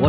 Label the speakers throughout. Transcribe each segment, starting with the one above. Speaker 1: 我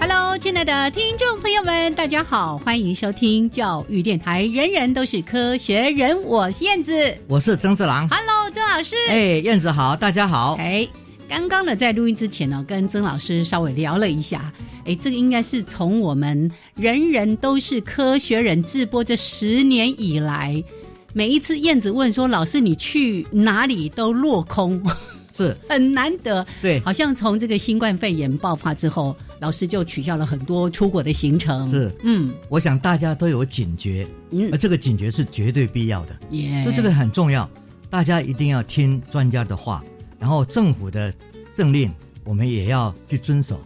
Speaker 2: Hello，亲爱的听众朋友们，大家好，欢迎收听教育电台《人人都是科学人》，我是燕子。
Speaker 1: 我是曾志郎。
Speaker 2: Hello，曾老师。
Speaker 1: 哎，燕子好，大家好。
Speaker 2: 哎，刚刚呢，在录音之前呢，跟曾老师稍微聊了一下。哎，这个应该是从我们“人人都是科学人”直播这十年以来，每一次燕子问说：“老师，你去哪里都落空，
Speaker 1: 是，
Speaker 2: 很难得。”
Speaker 1: 对，
Speaker 2: 好像从这个新冠肺炎爆发之后，老师就取消了很多出国的行程。
Speaker 1: 是，
Speaker 2: 嗯
Speaker 1: 我想大家都有警觉，而
Speaker 2: 嗯，哎
Speaker 1: 这个警觉是绝对必要的，
Speaker 2: 耶，
Speaker 1: 呃就这个很重要，大家一定要听专家的话，然后政府的政令我们也要去遵守，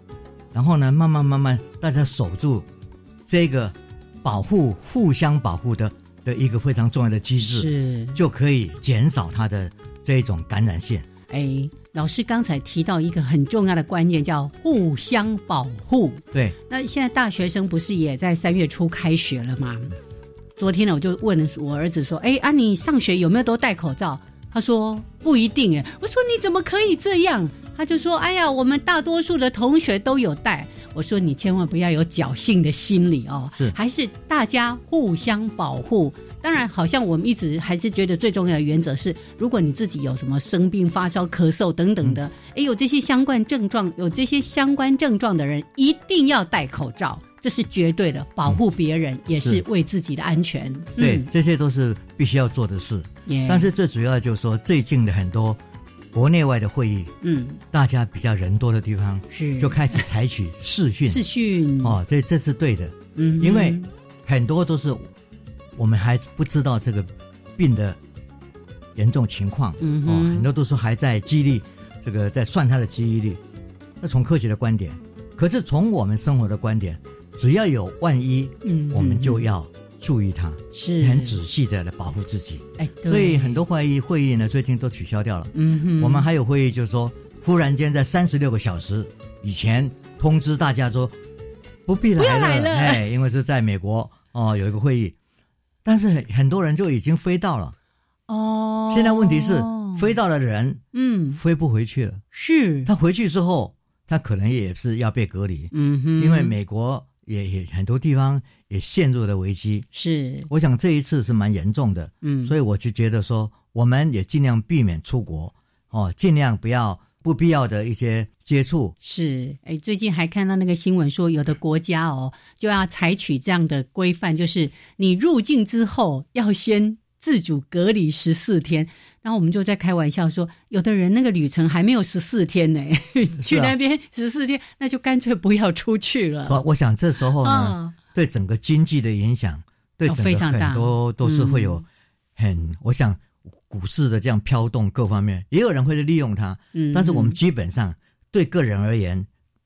Speaker 1: 然后呢，慢慢慢慢，大家守住这个保护、互相保护的的一个非常重要的机制，
Speaker 2: 是
Speaker 1: 就可以减少它的这一种感染线。
Speaker 2: 哎，老师刚才提到一个很重要的观念，叫互相保护。
Speaker 1: 对，
Speaker 2: 那现在大学生不是也在三月初开学了吗？昨天呢，我就问我儿子说：“哎，啊，你上学有没有都戴口罩？”他说：“不一定。”哎，我说：“你怎么可以这样？”他就说：“哎呀，我们大多数的同学都有戴。”我说：“你千万不要有侥幸的心理哦，
Speaker 1: 是
Speaker 2: 还是大家互相保护。当然，好像我们一直还是觉得最重要的原则是，如果你自己有什么生病、发烧、咳嗽等等的，哎、有这些相关症状，有这些相关症状的人，一定要戴口罩，这是绝对的，保护别人、也是
Speaker 1: 嗯是
Speaker 2: 为自己的安全。
Speaker 1: 对，
Speaker 2: 嗯哎
Speaker 1: 这些都是必须要做的事。
Speaker 2: 耶
Speaker 1: 但是最主要就是说，最近的很多国内外的会议，
Speaker 2: 嗯，
Speaker 1: 大家比较人多的地方，
Speaker 2: 是
Speaker 1: 就开始采取视讯。
Speaker 2: 嗯视讯，
Speaker 1: 哦，这这是对的，
Speaker 2: 嗯哼，
Speaker 1: 因为很多都是我们还不知道这个病的严重情况，
Speaker 2: 嗯
Speaker 1: 哦，很
Speaker 2: 哼，
Speaker 1: 多都是还在记忆力，这个在算它的记忆力。那从科学的观点，可是从我们生活的观点，只要有万一，
Speaker 2: 嗯
Speaker 1: 我们就
Speaker 2: 嗯
Speaker 1: 要注意它，
Speaker 2: 是
Speaker 1: 很仔细的来保护自己。
Speaker 2: 哎，嗯对
Speaker 1: 所以很多会议会议呢，最近都取消掉了。
Speaker 2: 嗯哼，
Speaker 1: 我们还有会议，就是说，忽然间在三十六个小时以前通知大家说，不必来了，
Speaker 2: 不要来了
Speaker 1: 哎，因为是在美国哦，有一个会议，但是很很多人就已经飞到了。
Speaker 2: 哦，
Speaker 1: 现在问题是，飞到了人
Speaker 2: 嗯
Speaker 1: 飞不回去了，
Speaker 2: 是
Speaker 1: 他回去之后，他可能也是要被隔离，
Speaker 2: 嗯哼，
Speaker 1: 因为美国也也很多地方也陷入了危机。
Speaker 2: 是
Speaker 1: 我想这一次是蛮严重的，
Speaker 2: 嗯，
Speaker 1: 所以我就觉得说，我们也尽量避免出国哦，尽量不要不必要的一些接触。
Speaker 2: 是，哎，最近还看到那个新闻说，有的国家哦就要采取这样的规范，就是你入境之后要先自主隔离十四天。然后我们就在开玩笑说，有的人那个旅程还没有十四天 呢，
Speaker 1: 啊
Speaker 2: 去那边十四天，那就干脆不要出去
Speaker 1: 我
Speaker 2: 了。
Speaker 1: 我想这时候呢，
Speaker 2: 啊，
Speaker 1: 对整个经济的影响，对
Speaker 2: 哦
Speaker 1: 整
Speaker 2: 非
Speaker 1: 个
Speaker 2: 常大
Speaker 1: 很多都是会有
Speaker 2: 嗯
Speaker 1: 很，我想股市的这样飘动各方面，也有人会利用它，
Speaker 2: 嗯，
Speaker 1: 但是我们基本上对个人而言，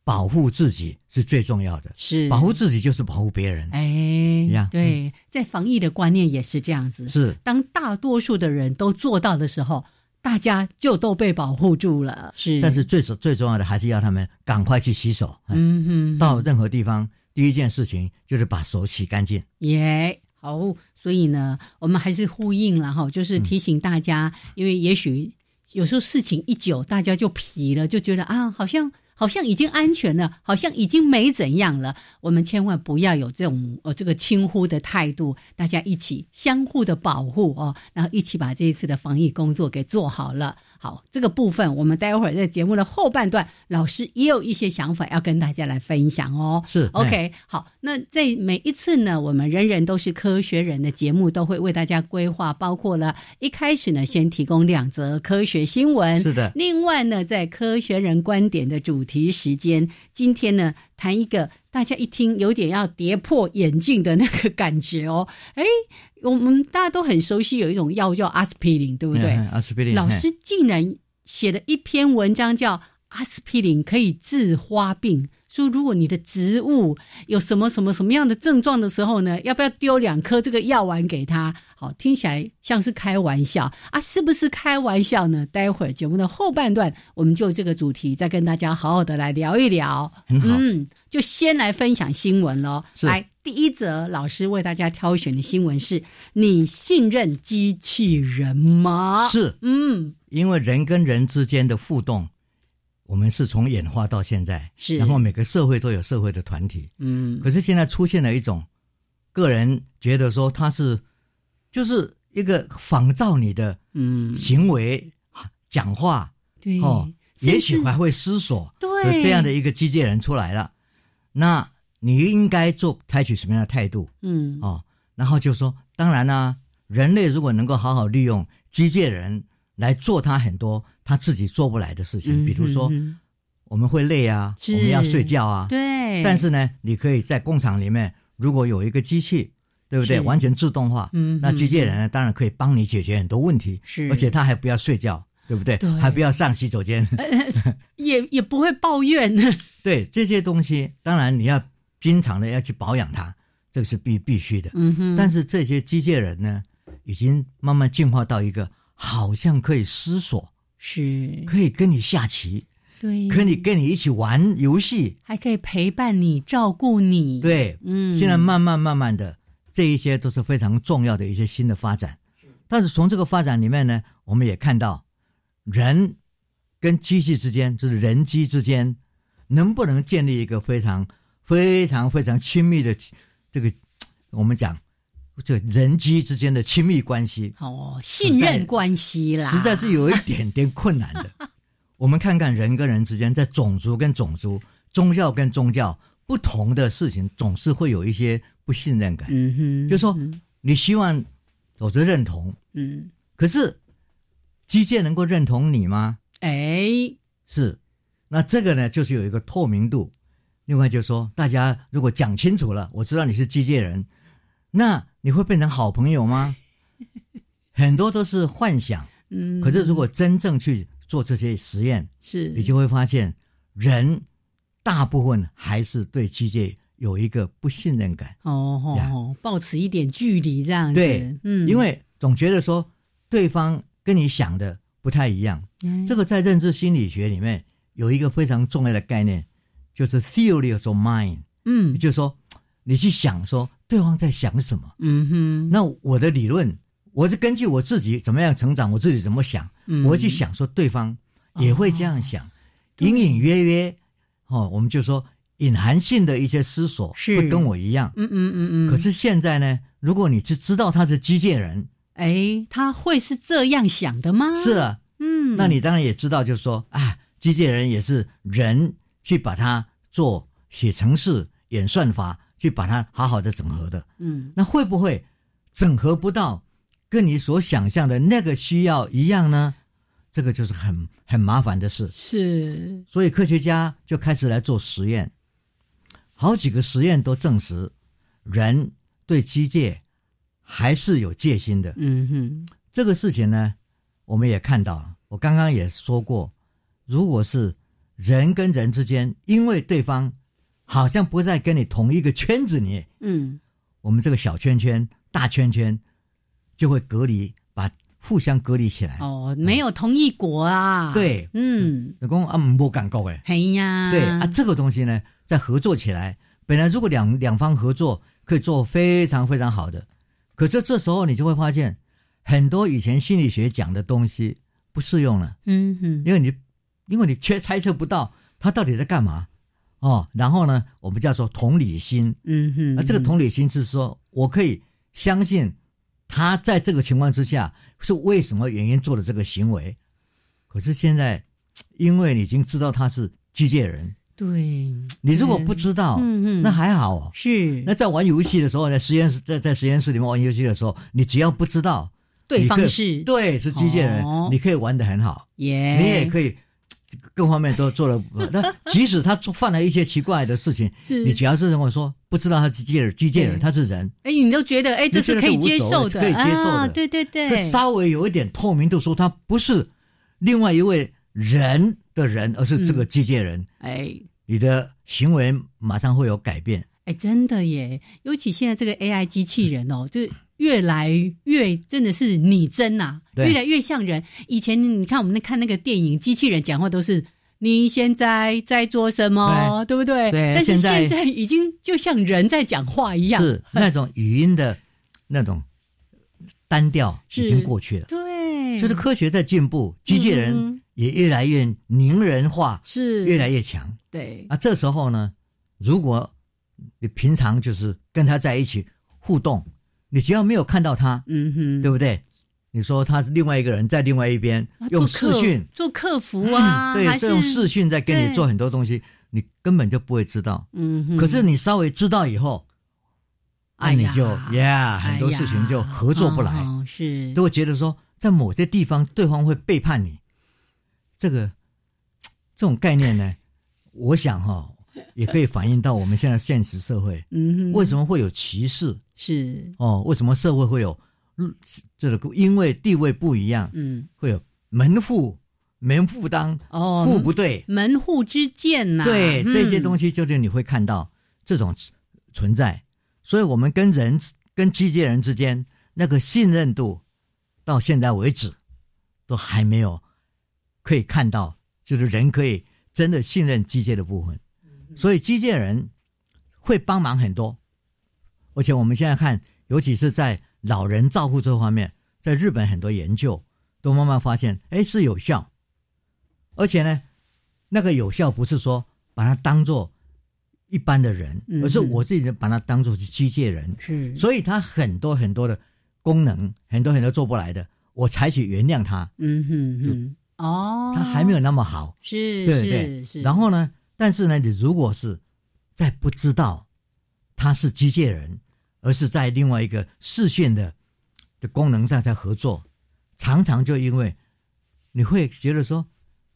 Speaker 1: 保护自己是最重要的，
Speaker 2: 是
Speaker 1: 保护自己就是保护别人，
Speaker 2: 嗯哎
Speaker 1: 呀嗯
Speaker 2: 对，在防疫的观念也是这样子。
Speaker 1: 是
Speaker 2: 当大多数的人都做到的时候，大家就都被保护住了。是，
Speaker 1: 但是最最重要的还是要他们赶快去洗手。哎
Speaker 2: 嗯哼，
Speaker 1: 到任何地方，第一件事情就是把手洗干净。
Speaker 2: 耶、好，所以呢，我们还是呼应了哈，就是
Speaker 1: 嗯
Speaker 2: 提醒大家，因为也许有时候事情一久，大家就疲了，就觉得啊，好像好像已经安全了，好像已经没怎样了。我们千万不要有这种呃这个轻忽的态度，大家一起相互的保护哦，然后一起把这一次的防疫工作给做好了。好，这个部分我们待会儿在节目的后半段，老师也有一些想法要跟大家来分享哦。
Speaker 1: 是
Speaker 2: OK，好，那在每一次呢，我们人人都是科学人的节目都会为大家规划，包括了一开始呢，先提供两则科学新闻，
Speaker 1: 哎是的
Speaker 2: 另外呢，在科学人观点的主题时间，今天呢谈一个大家一听有点要跌破眼镜的那个感觉哦，哎，我们大家都很熟悉，有一种药叫阿司匹林，对不对？
Speaker 1: 嗯阿司匹林，
Speaker 2: 老
Speaker 1: 嘿
Speaker 2: 师竟然写了一篇文章，叫“阿司匹林可以治花病”，说如果你的植物有什么什么什么样的症状的时候呢，要不要丢两颗这个药丸给他？好，听起来像是开玩笑啊，是不是开玩笑呢？待会儿节目的后半段，我们就这个主题再跟大家好好的来聊一聊。
Speaker 1: 很好，
Speaker 2: 嗯，就先来分享新闻喽。
Speaker 1: 是
Speaker 2: 来，第一则老师为大家挑选的新闻是：你信任机器人吗？
Speaker 1: 是
Speaker 2: 嗯，
Speaker 1: 因为人跟人之间的互动，我们是从演化到现在，
Speaker 2: 是
Speaker 1: 然后每个社会都有社会的团体，
Speaker 2: 嗯，
Speaker 1: 可是现在出现了一种，个人觉得说他是，就是一个仿照你的
Speaker 2: 嗯，
Speaker 1: 行为、讲话，
Speaker 2: 对，
Speaker 1: 哦
Speaker 2: 甚至
Speaker 1: 也许还会思索的
Speaker 2: 对
Speaker 1: 这样的，一个机械人出来了，那你应该做采取什么样的态度
Speaker 2: 嗯，
Speaker 1: 哦？然后就说，当然啦、人类如果能够好好利用机械人来做他很多他自己做不来的事
Speaker 2: 嗯
Speaker 1: 情，比如说
Speaker 2: 嗯嗯
Speaker 1: 我们会累啊，
Speaker 2: 是
Speaker 1: 我们要睡觉啊，
Speaker 2: 对，
Speaker 1: 但是呢，你可以在工厂里面，如果有一个机器，对不对？
Speaker 2: 是
Speaker 1: 完全自动化，
Speaker 2: 嗯
Speaker 1: 那机械人
Speaker 2: 嗯
Speaker 1: 呢，当然可以帮你解决很多问题，
Speaker 2: 是
Speaker 1: 而且他还不要睡觉，对不对？
Speaker 2: 对哎
Speaker 1: 还不要上洗手间，
Speaker 2: 也也不会抱 怨，
Speaker 1: 对这些东西，当然你要经常的要去保养它，这是必必须的。
Speaker 2: 嗯哼，
Speaker 1: 但
Speaker 2: 是
Speaker 1: 是这些机械人呢，已经慢慢进化到一个好像可以思索，
Speaker 2: 是，
Speaker 1: 可以跟你下棋，
Speaker 2: 对，
Speaker 1: 可以跟你一起玩游戏，
Speaker 2: 还可以陪伴你，照顾你，，
Speaker 1: 对，
Speaker 2: 嗯，
Speaker 1: 现在慢慢慢慢的，这一些都是非常重要的一些新的发展。但是从这个发展里面呢，我们也看到人跟机器之间，就是人机之间，能不能建立一个非常非常非常亲密的这个我们讲这个人机之间的亲密关系，
Speaker 2: 哦，信任关系啦，
Speaker 1: 实在是有一点点困难 的。我们看看人跟人之间，在种族跟种族、宗教跟宗教不同的事情，总是会有一些不信任感。
Speaker 2: 嗯哼，
Speaker 1: 就说
Speaker 2: 嗯
Speaker 1: 你希望有着认同，
Speaker 2: 嗯，
Speaker 1: 可是机械能够认同你吗？
Speaker 2: 哎，
Speaker 1: 是，那这个呢，就是有一个透明度。另外就是说，大家如果讲清楚了，我知道你是机械人，那你会变成好朋友 吗？很多都是幻想，
Speaker 2: 嗯，
Speaker 1: 可是如果真正去做这些实验，
Speaker 2: 是
Speaker 1: 你就会发现，人大部分还是对机械有一个不信任感。
Speaker 2: 哦哦
Speaker 1: 呀
Speaker 2: 哦，保持一点距离这样子，
Speaker 1: 对，
Speaker 2: 嗯，
Speaker 1: 因为总觉得说对方跟你想的不太一样。这
Speaker 2: 个
Speaker 1: 个在认知心理学里面有一个非常重要的概念，就是 theory of mind，
Speaker 2: 嗯
Speaker 1: 也就是说你去想说对方在想什么。
Speaker 2: 嗯哼，
Speaker 1: 那我的理论，我是根据我自己怎么样成长，我自己怎么想，
Speaker 2: 嗯啊
Speaker 1: 我去想说对方也会这样想，隐隐约约，哦，我们就说隐含性的一些思索
Speaker 2: 是
Speaker 1: 会跟我一样。
Speaker 2: 嗯嗯嗯嗯，
Speaker 1: 可是现在呢，如果你是知道他是机械人，
Speaker 2: 哎，他会是这样想的吗？
Speaker 1: 是，啊，
Speaker 2: 嗯，
Speaker 1: 那你当然也知道，就是说啊，机械人也是人去把它做写程式、演算法，去把它好好的整合的。
Speaker 2: 嗯
Speaker 1: 那会不会整合不到跟你所想象的那个需要一样呢？这个就是很很麻烦的事。
Speaker 2: 是
Speaker 1: 所以科学家就开始来做实验，好几个实验都证实，人对机械还是有戒心的。
Speaker 2: 嗯哼
Speaker 1: 这个事情呢，我们也看到了，我刚刚也说过，如果是人跟人之间，因为对方好像不在跟你同一个圈子里，
Speaker 2: 嗯
Speaker 1: 我们这个小圈圈、大圈圈就会隔离，把互相隔离起来。
Speaker 2: 哦，没有同一国啊，，
Speaker 1: 哎对，
Speaker 2: 嗯，
Speaker 1: 老公啊，没感觉哎，
Speaker 2: 嘿呀，
Speaker 1: 对啊，这个东西呢，在合作起来，本来如果两两方合作可以做非常非常好的，可是这时候你就会发现，很多以前心理学讲的东西不适用了，
Speaker 2: 嗯哼，
Speaker 1: 因为你因为你缺猜测不到他到底在干嘛？哦，然后呢，我们叫做同理心。
Speaker 2: 嗯哼，
Speaker 1: 啊那这个
Speaker 2: 嗯
Speaker 1: 同理心是说我可以相信他在这个情况之下是为什么原因做的这个行为。可是现在，因为你已经知道他是机械人，
Speaker 2: 对，嗯
Speaker 1: 你如果不知道，
Speaker 2: 嗯嗯，
Speaker 1: 哦那还好哦。
Speaker 2: 是
Speaker 1: 那在玩游戏的时候，在实验室在在实验室里面玩游戏的时候，你只要不知道
Speaker 2: 对
Speaker 1: 你
Speaker 2: 方
Speaker 1: 可以
Speaker 2: 是
Speaker 1: 对是机械人，
Speaker 2: 哦哎
Speaker 1: 你可以玩的很好，
Speaker 2: 耶，
Speaker 1: 你也可以各方面都 做了。那即使他做 犯了一些奇怪的事情，
Speaker 2: 是
Speaker 1: 你只要是认为说不知道他是机械人，机械
Speaker 2: 嗯
Speaker 1: 人
Speaker 2: 对
Speaker 1: 他是人，
Speaker 2: 哎，你都觉得哎，这
Speaker 1: 你觉
Speaker 2: 是
Speaker 1: 得
Speaker 2: 可以
Speaker 1: 这
Speaker 2: 接
Speaker 1: 无所谓
Speaker 2: 受
Speaker 1: 是
Speaker 2: 的，
Speaker 1: 可以接受的
Speaker 2: 啊，对对
Speaker 1: 会
Speaker 2: 对，
Speaker 1: 稍微有一点透明度，说他不是另外一位人的人，而是这
Speaker 2: 嗯
Speaker 1: 个机械人，
Speaker 2: 哎。
Speaker 1: 你的行为马上会有改变。
Speaker 2: 哎，真的耶！尤其现在这个 AI 机器人哦，这越来越真的是拟真呐、
Speaker 1: 对
Speaker 2: 越来越像人。以前你看我们那看那个电影，机器人讲话都是“你现在在做什么”，对不对？
Speaker 1: 对
Speaker 2: 但是
Speaker 1: 现在
Speaker 2: 现在已经就像人在讲话一样，
Speaker 1: 是那种语音的那种单调
Speaker 2: 是
Speaker 1: 已经过去了，
Speaker 2: 对，
Speaker 1: 就是科学在进步，机器
Speaker 2: 嗯嗯
Speaker 1: 人也越来越拟人化，
Speaker 2: 是
Speaker 1: 越来越强
Speaker 2: 对，
Speaker 1: 啊。这时候呢，如果你平常就是跟他在一起互动，你只要没有看到他，
Speaker 2: 嗯哼，
Speaker 1: 对不对？你说他是另外一个人在另外一边
Speaker 2: 啊
Speaker 1: 用
Speaker 2: 做
Speaker 1: 视
Speaker 2: 客
Speaker 1: 讯，嗯
Speaker 2: 做客服啊，还
Speaker 1: 对，
Speaker 2: 是
Speaker 1: 这种视讯在跟
Speaker 2: 对
Speaker 1: 你做很多东西，你根本就不会知道。
Speaker 2: 嗯哼，
Speaker 1: 可是你稍微知道以后，那你就
Speaker 2: 哎呀
Speaker 1: yeah，很多事情就合作不来，
Speaker 2: 哎呀哦是
Speaker 1: 都会觉得说在某些地方对方会背叛你。这个这种概念呢，我想哈、也可以反映到我们现在现实社会，
Speaker 2: 嗯哼，
Speaker 1: 为什么会有歧视？
Speaker 2: 是
Speaker 1: 哦，为什么社会会有嗯这个？因为地位不一样，
Speaker 2: 嗯
Speaker 1: 会有门户、门户当、
Speaker 2: 哦
Speaker 1: 户不对，
Speaker 2: 门户之见呐、嗯
Speaker 1: 对这些东
Speaker 2: 西、
Speaker 1: 西，就是你会看到这种存在。所以，我们跟人、跟机械人之间那个信任度，到现在为止都还没有可以看到，就是人可以真的信任机械的部分。所以，机械人会帮忙很多，而且我们现在看，尤其是在老人照护这方面，在日本很多研究都慢慢发现，哎，是有效，而且呢，那个有效不是说把它当做一般的人，
Speaker 2: 嗯
Speaker 1: 而是我自己把它当做是机械人，
Speaker 2: 是，
Speaker 1: 所以它很多很多的功能，很多很多做不来的，我采取原谅它，
Speaker 2: 嗯哼哼，哦，
Speaker 1: 它还没有那么好，
Speaker 2: 是，
Speaker 1: 对不
Speaker 2: 是
Speaker 1: 对？
Speaker 2: 是，
Speaker 1: 然后呢，但是呢，你如果是在不知道他是机械人，而是在另外一个视线的的功能上在合作，常常就因为你会觉得说，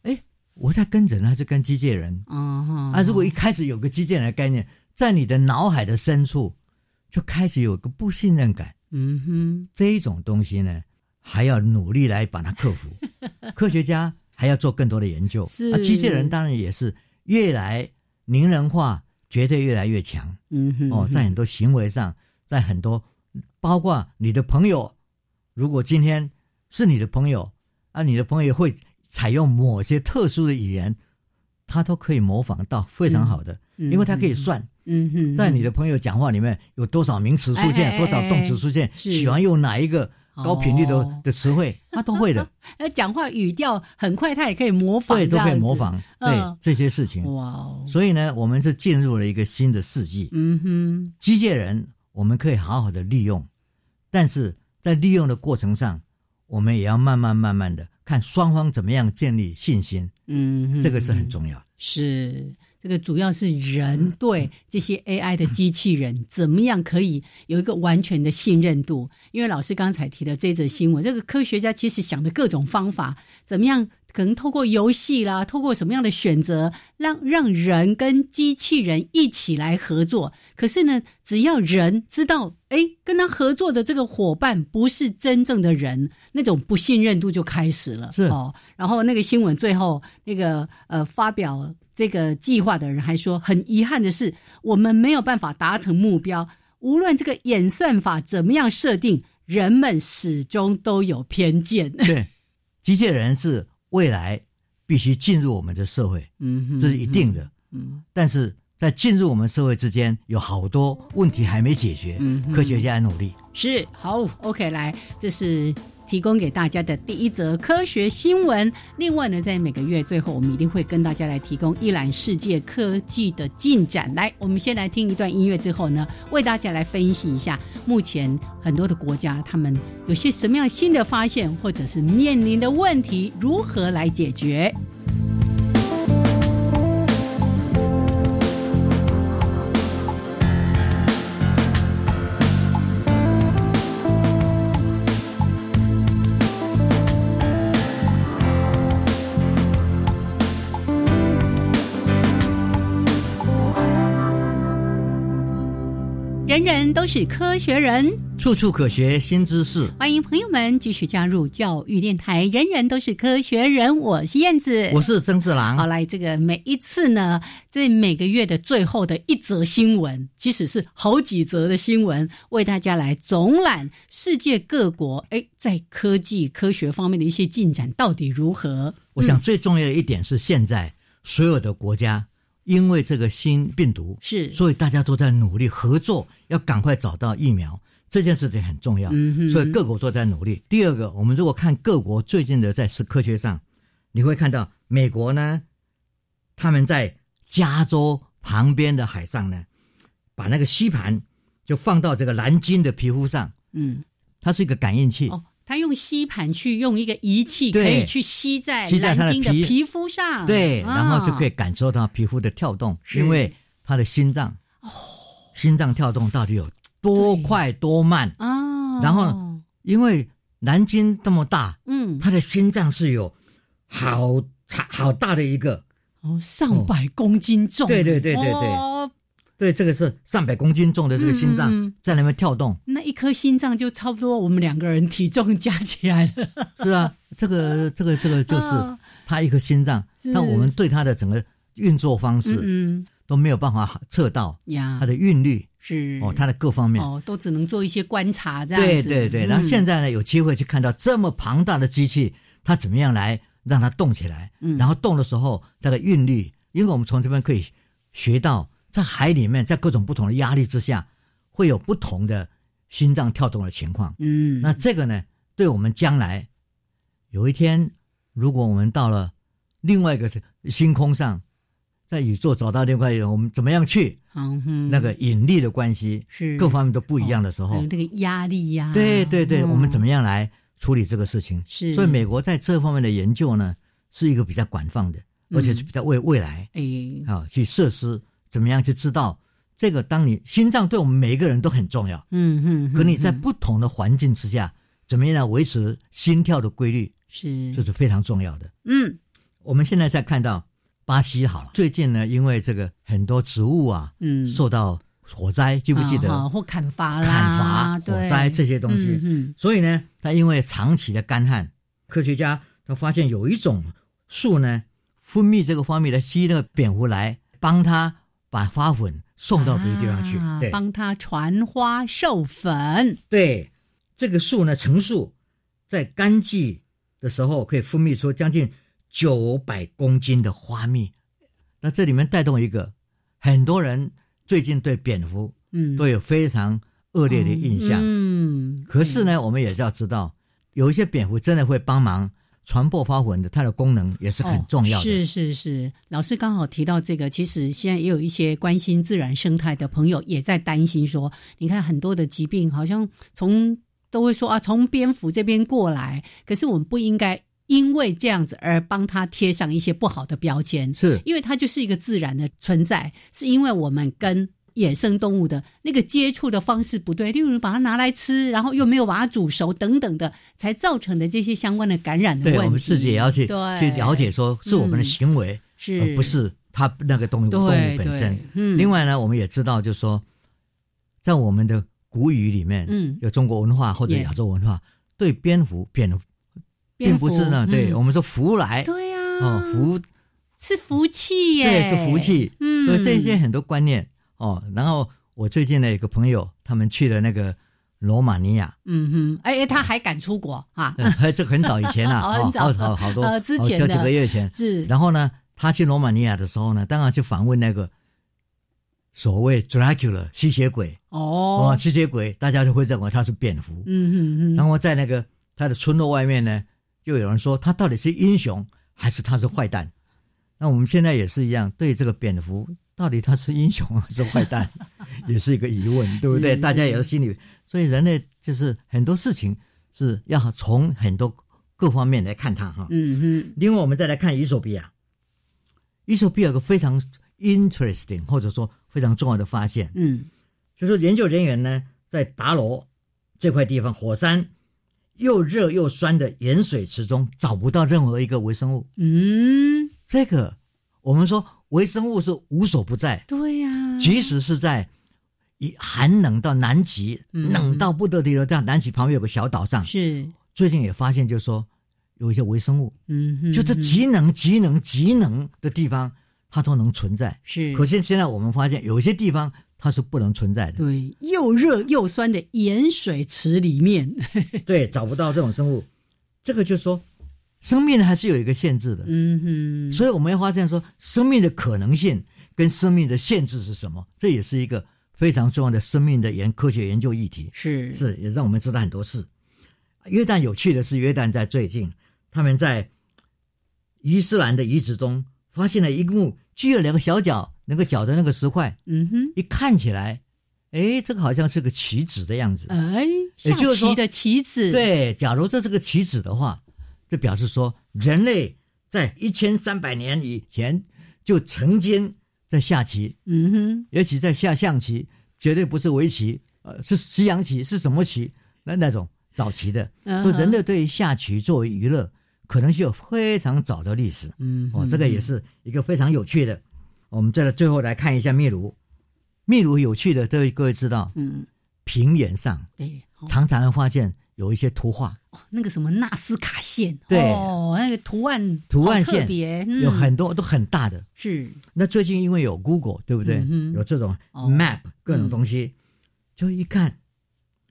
Speaker 1: 哎，我在跟人还是跟机械人？
Speaker 2: 嗯哼，
Speaker 1: 啊，如果一开始有个机械人的概念，在你的脑海的深处就开始有个不信任感，
Speaker 2: 嗯哼，
Speaker 1: 这一种东西呢，还要努力来把它 克服。科学家还要做更多的研究，
Speaker 2: 是
Speaker 1: 啊机器人当然也是越来拟人化，绝对越来越强
Speaker 2: 嗯哼，
Speaker 1: 哦，在很多行为上，在很多包括你的朋友，如果今天是你的朋友啊，你的朋友会采用某些特殊的语言，他都可以模仿到非常好的，
Speaker 2: 嗯
Speaker 1: 因为他可以，算。
Speaker 2: 嗯哼，
Speaker 1: 在你的朋友讲话里面有多少名词出现，
Speaker 2: 哎哎哎
Speaker 1: 多少动词出现，
Speaker 2: 是
Speaker 1: 喜欢用哪一个高频率的、
Speaker 2: 哦
Speaker 1: 的词 汇，他都会的，
Speaker 2: 哎，讲话语调很快，他也可以模仿，
Speaker 1: 对，都可以模仿，
Speaker 2: 嗯
Speaker 1: 对、这些事情
Speaker 2: 这样子，。哇哦，
Speaker 1: 所以呢，我们是进入了一个新的世纪，
Speaker 2: 嗯哼，
Speaker 1: 机械人我们可以好好的利用，但是在利用的过程上，我们也要慢慢慢慢的看双方怎么样建立信心，
Speaker 2: 嗯哼，
Speaker 1: 这个是很重要的。
Speaker 2: 是这个主要是人对这些 AI 的机器人怎么样可以有一个完全的信任度？因为老师刚才提的这则新闻，这个科学家其实想的各种方法，怎么样可能透过游戏啦，透过什么样的选择，让让人跟机器人一起来合作。可是呢，只要人知道，哎，跟他合作的这个伙伴不是真正的人，那种不信任度就开始了。
Speaker 1: 是
Speaker 2: 哦，然后那个新闻最后那个呃发表这个计划的人还说，很遗憾的是，我们没有办法达成目标。无论这个演算法怎么样设定，人们始终都有偏见。
Speaker 1: 对， 机械人是未来必须进入我们的社会，
Speaker 2: 嗯哼，
Speaker 1: 这是一定的。
Speaker 2: 嗯。
Speaker 1: 但是在进入我们社会之间，有好多问题还没解决，
Speaker 2: 嗯哼
Speaker 1: 科学家努力。
Speaker 2: 是好，OK，来，这是提供给大家的第一则科学新闻。另外呢，在每个月最后，我们一定会跟大家来提供一览世界科技的进展。来，我们先来听一段音乐之后呢，为大家来分析一下目前很多的国家他们有些什么样新的发现，或者是面临的问题如何来解决。人人都是科学人，
Speaker 1: 处处可学新知识。
Speaker 2: 欢迎朋友们继续加入教育电台。人人都是科学人，我是燕子，
Speaker 1: 我是曾志郎。
Speaker 2: 好，来，这个每一次呢，这每个月的最后的一则新闻，即使是好几则的新闻，为大家来总览世界各国哎，在科技科学方面的一些进展到底如何？
Speaker 1: 我想最重要的一点是，现在所有的国家因为这个新病毒，
Speaker 2: 是，
Speaker 1: 所以大家都在努力合作，要赶快找到疫苗，这件事情很重要。
Speaker 2: 嗯哼，
Speaker 1: 所以各国都在努力。第二个，我们如果看各国最近的在是科学上，你会看到美国呢，他们在加州旁边的海上呢，把那个吸盘就放到这个蓝鲸的皮肤上，
Speaker 2: 嗯，
Speaker 1: 它是一个感应器，
Speaker 2: 哦，他用吸盘去用一个仪器可
Speaker 1: 对
Speaker 2: 以去吸在
Speaker 1: 吸在它
Speaker 2: 蓝鲸
Speaker 1: 的
Speaker 2: 的
Speaker 1: 皮
Speaker 2: 皮肤上，
Speaker 1: 对，
Speaker 2: 啊
Speaker 1: 然后就可以感受到皮肤的跳动，
Speaker 2: 是哦
Speaker 1: 因为他的心脏，心脏跳动到底有多快多慢？
Speaker 2: 啊，
Speaker 1: 然后因为南京这么大，
Speaker 2: 嗯，
Speaker 1: 他的心脏是有好长好大的一个，
Speaker 2: 哦，上百公斤重，
Speaker 1: 对对对对对
Speaker 2: 哦，
Speaker 1: 对，这个是上百公斤重的这个心
Speaker 2: 嗯嗯
Speaker 1: 脏
Speaker 2: 嗯
Speaker 1: 在那边跳动，
Speaker 2: 那一颗心脏就差不多我们两个人体重加起来了，
Speaker 1: 是啊，这个这个这个就是
Speaker 2: 哦
Speaker 1: 他一个心脏
Speaker 2: 是，
Speaker 1: 但我们对他的整个运作方式
Speaker 2: 嗯
Speaker 1: 都没有办法测到
Speaker 2: 嗯呀，
Speaker 1: 他的韵律
Speaker 2: 是
Speaker 1: 哦，他的各方面。
Speaker 2: 哦，都只能做一些观察这样
Speaker 1: 对
Speaker 2: 子，嗯
Speaker 1: 对对，然后现
Speaker 2: 在
Speaker 1: 在呢，有机会去看到这么庞大的机器，它怎么样来让它动起来，
Speaker 2: 嗯
Speaker 1: 然后动的时候它的韵律，因为我们从这边可以学到，在海里面，在各种不同的压力之下，会有不同的心脏跳动的情况。
Speaker 2: 嗯，
Speaker 1: 那这个呢，对我们将来有一天，如果我们到了另外一个星空上，在宇宙找到另外一个，我们怎么样去、
Speaker 2: 嗯哼
Speaker 1: 那个引力的关系，
Speaker 2: 是
Speaker 1: 各方面都不一样的时候，
Speaker 2: 还有那个压力呀，哦
Speaker 1: 对对对，我们怎
Speaker 2: 么
Speaker 1: 么样来处理这个事情？
Speaker 2: 嗯是
Speaker 1: 所以美国在这方面的研究呢，是一个比较广泛的，
Speaker 2: 嗯
Speaker 1: 而且是比较为未来
Speaker 2: 哎
Speaker 1: 啊去设施怎么样去知道这个。当你心脏对我们每一个人都很重要，
Speaker 2: 嗯哼，
Speaker 1: 可你在
Speaker 2: 嗯
Speaker 1: 不同的环境之下，怎么样来维持心跳的规律，
Speaker 2: 是
Speaker 1: 这是非常重要的。
Speaker 2: 嗯
Speaker 1: 我们现在在看到巴西好了，最近呢，因为这个很多植物啊
Speaker 2: 嗯
Speaker 1: 受到火灾，记不记得
Speaker 2: 啊好或砍伐啦，
Speaker 1: 砍伐、
Speaker 2: 对
Speaker 1: 火灾这些东西？
Speaker 2: 嗯
Speaker 1: 所以呢，它因为长期的干旱，科学家他发现有一种树呢，分泌这个方面的吸那个蝙蝠来帮它把花粉送到别的地方去。
Speaker 2: 啊
Speaker 1: 对
Speaker 2: 帮它传花授粉，
Speaker 1: 对，这个树呢，成树在干季的时候可以分泌出将近九百公斤的花蜜。那这里面带动一个，很多人最近对蝙蝠
Speaker 2: 嗯，
Speaker 1: 都有非常恶劣的印象。
Speaker 2: 嗯，
Speaker 1: 可是呢，我们也要知道，有一些蝙蝠真的会帮忙传播花粉的，它的功能也是
Speaker 2: 对，
Speaker 1: 很重要
Speaker 2: 哦
Speaker 1: 的。
Speaker 2: 是是是，老师刚好提到这个，其实现在也有一些关心自然生态的朋友也在担心说，你看很多的疾病好像从都会说啊，从蝙蝠这边过来，可是我们不应该因为这样子而帮它贴上一些不好的标签，
Speaker 1: 是
Speaker 2: 因为它就是一个自然的存在，是因为我们跟野生动物的那个接触的方式不对，例如把它拿来吃，然后又没有把它煮熟等等的，才造成的这些相关的感染的问
Speaker 1: 对
Speaker 2: 题。
Speaker 1: 我们自己也要去
Speaker 2: 对
Speaker 1: 去了解，说是我们的行为，
Speaker 2: 是、
Speaker 1: 呃而不是它那个动物
Speaker 2: 对
Speaker 1: 动物本身
Speaker 2: 对。嗯，
Speaker 1: 另
Speaker 2: 外
Speaker 1: 外呢，我们也知道，就是说，在我们的古语里面，
Speaker 2: 嗯
Speaker 1: 有中国文化或者
Speaker 2: Yeah
Speaker 1: 亚洲文化，对蝙蝠、蝙蝠并不是呢，对我们说福来
Speaker 2: 嗯对啊呀、
Speaker 1: 哦，福
Speaker 2: 是福气耶，
Speaker 1: 对是福，气，
Speaker 2: 嗯，
Speaker 1: 所以这些很多观念哦。然后我最近呢有个朋友，他们去了那个罗马 尼亚，
Speaker 2: 嗯哼，哎哎，他还敢出国啊？
Speaker 1: 呃这个很早以前了，
Speaker 2: 哦很
Speaker 1: 哦
Speaker 2: 早
Speaker 1: 好好好多
Speaker 2: 呃之
Speaker 1: 好
Speaker 2: 前
Speaker 1: 好
Speaker 2: 的
Speaker 1: 几个月前。
Speaker 2: 是，
Speaker 1: 然后呢，他去罗马尼亚的时候呢，当然去访问那个所谓 Dracula 吸血鬼
Speaker 2: 哦
Speaker 1: 哦，，吸血鬼大家就会认为他是蝙蝠。
Speaker 2: 嗯哼哼，
Speaker 1: 然后在那个他的村落外面呢，就有人说他到底是英雄还是他是坏蛋？那我们现在也是一样，对这个蝙蝠到底他是英雄还是坏 蛋，也是一个疑问，对不对？
Speaker 2: 嗯
Speaker 1: 大家也有心里，所以人类就是很多事情是要从很多各方面来看它哈。
Speaker 2: 嗯哼，
Speaker 1: 另外，我们再来看伊索比亚，伊索比亚有个非常 interesting 或者说非常重要的发现，
Speaker 2: 嗯
Speaker 1: 就是研究人员呢，在达罗这块地方火山又热又酸的盐水池中找不到任何一个微生物。
Speaker 2: 嗯，
Speaker 1: 这个我们说微生物是无所不在，
Speaker 2: 对呀、
Speaker 1: 即使是在一寒冷到南极，
Speaker 2: 嗯
Speaker 1: 冷到不得了，在南极旁边有个小岛上，
Speaker 2: 是，
Speaker 1: 最近也发现，就是说有一些微生物，
Speaker 2: 嗯哼，
Speaker 1: 就这
Speaker 2: 嗯
Speaker 1: 极冷、极冷、极冷的地方，它都能存在。
Speaker 2: 是，
Speaker 1: 可是现在我们发现，有些地方它是不能存在的。
Speaker 2: 对，又热又酸的盐水池里面，
Speaker 1: 对，找不到这种生物，这个就说生命还是有一个限制的，
Speaker 2: 嗯哼，
Speaker 1: 所以我们要发现说生命的可能性跟生命的限制是什么，这也是一个非常重要的生命的研科学研究议题，
Speaker 2: 是
Speaker 1: 是也让我们知道很多事。约旦有趣的是，约旦在最近他们在伊斯兰的遗址中发现了一幕锯了两个小角，那个角的那个石块，
Speaker 2: 嗯哼，
Speaker 1: 一看起来，哎，这个好像是个棋子的样子，
Speaker 2: 哎，
Speaker 1: 也
Speaker 2: 下
Speaker 1: 就是说
Speaker 2: 棋的棋子，，
Speaker 1: 对，假如这是个棋子的话，这表示说人类在一千三百年以前就曾经在下棋，
Speaker 2: 嗯哼，
Speaker 1: 尤其在下象棋，绝对不是围棋，呃，是西洋棋，是什么棋？那那种早期的，
Speaker 2: 嗯
Speaker 1: 所以人
Speaker 2: 哼
Speaker 1: 类对于下棋作为娱乐，可能是有非常早的历史。
Speaker 2: 嗯
Speaker 1: 哦，这个也是一个非常有趣的。我们再来最后来看一下秘鲁，秘鲁有趣的，各位各位知道，
Speaker 2: 嗯，
Speaker 1: 平原上
Speaker 2: 对，哦
Speaker 1: 常常会发现有一些图画。
Speaker 2: 那个什么纳斯卡线，
Speaker 1: 对
Speaker 2: 哦，那个图案
Speaker 1: 图案
Speaker 2: 好特
Speaker 1: 线
Speaker 2: 别，
Speaker 1: 有
Speaker 2: 嗯
Speaker 1: 很多都很大的。
Speaker 2: 是，
Speaker 1: 那最近因为有 Google，对不对？
Speaker 2: 嗯哼
Speaker 1: 有这种
Speaker 2: 哦
Speaker 1: map、各种东西，就一看，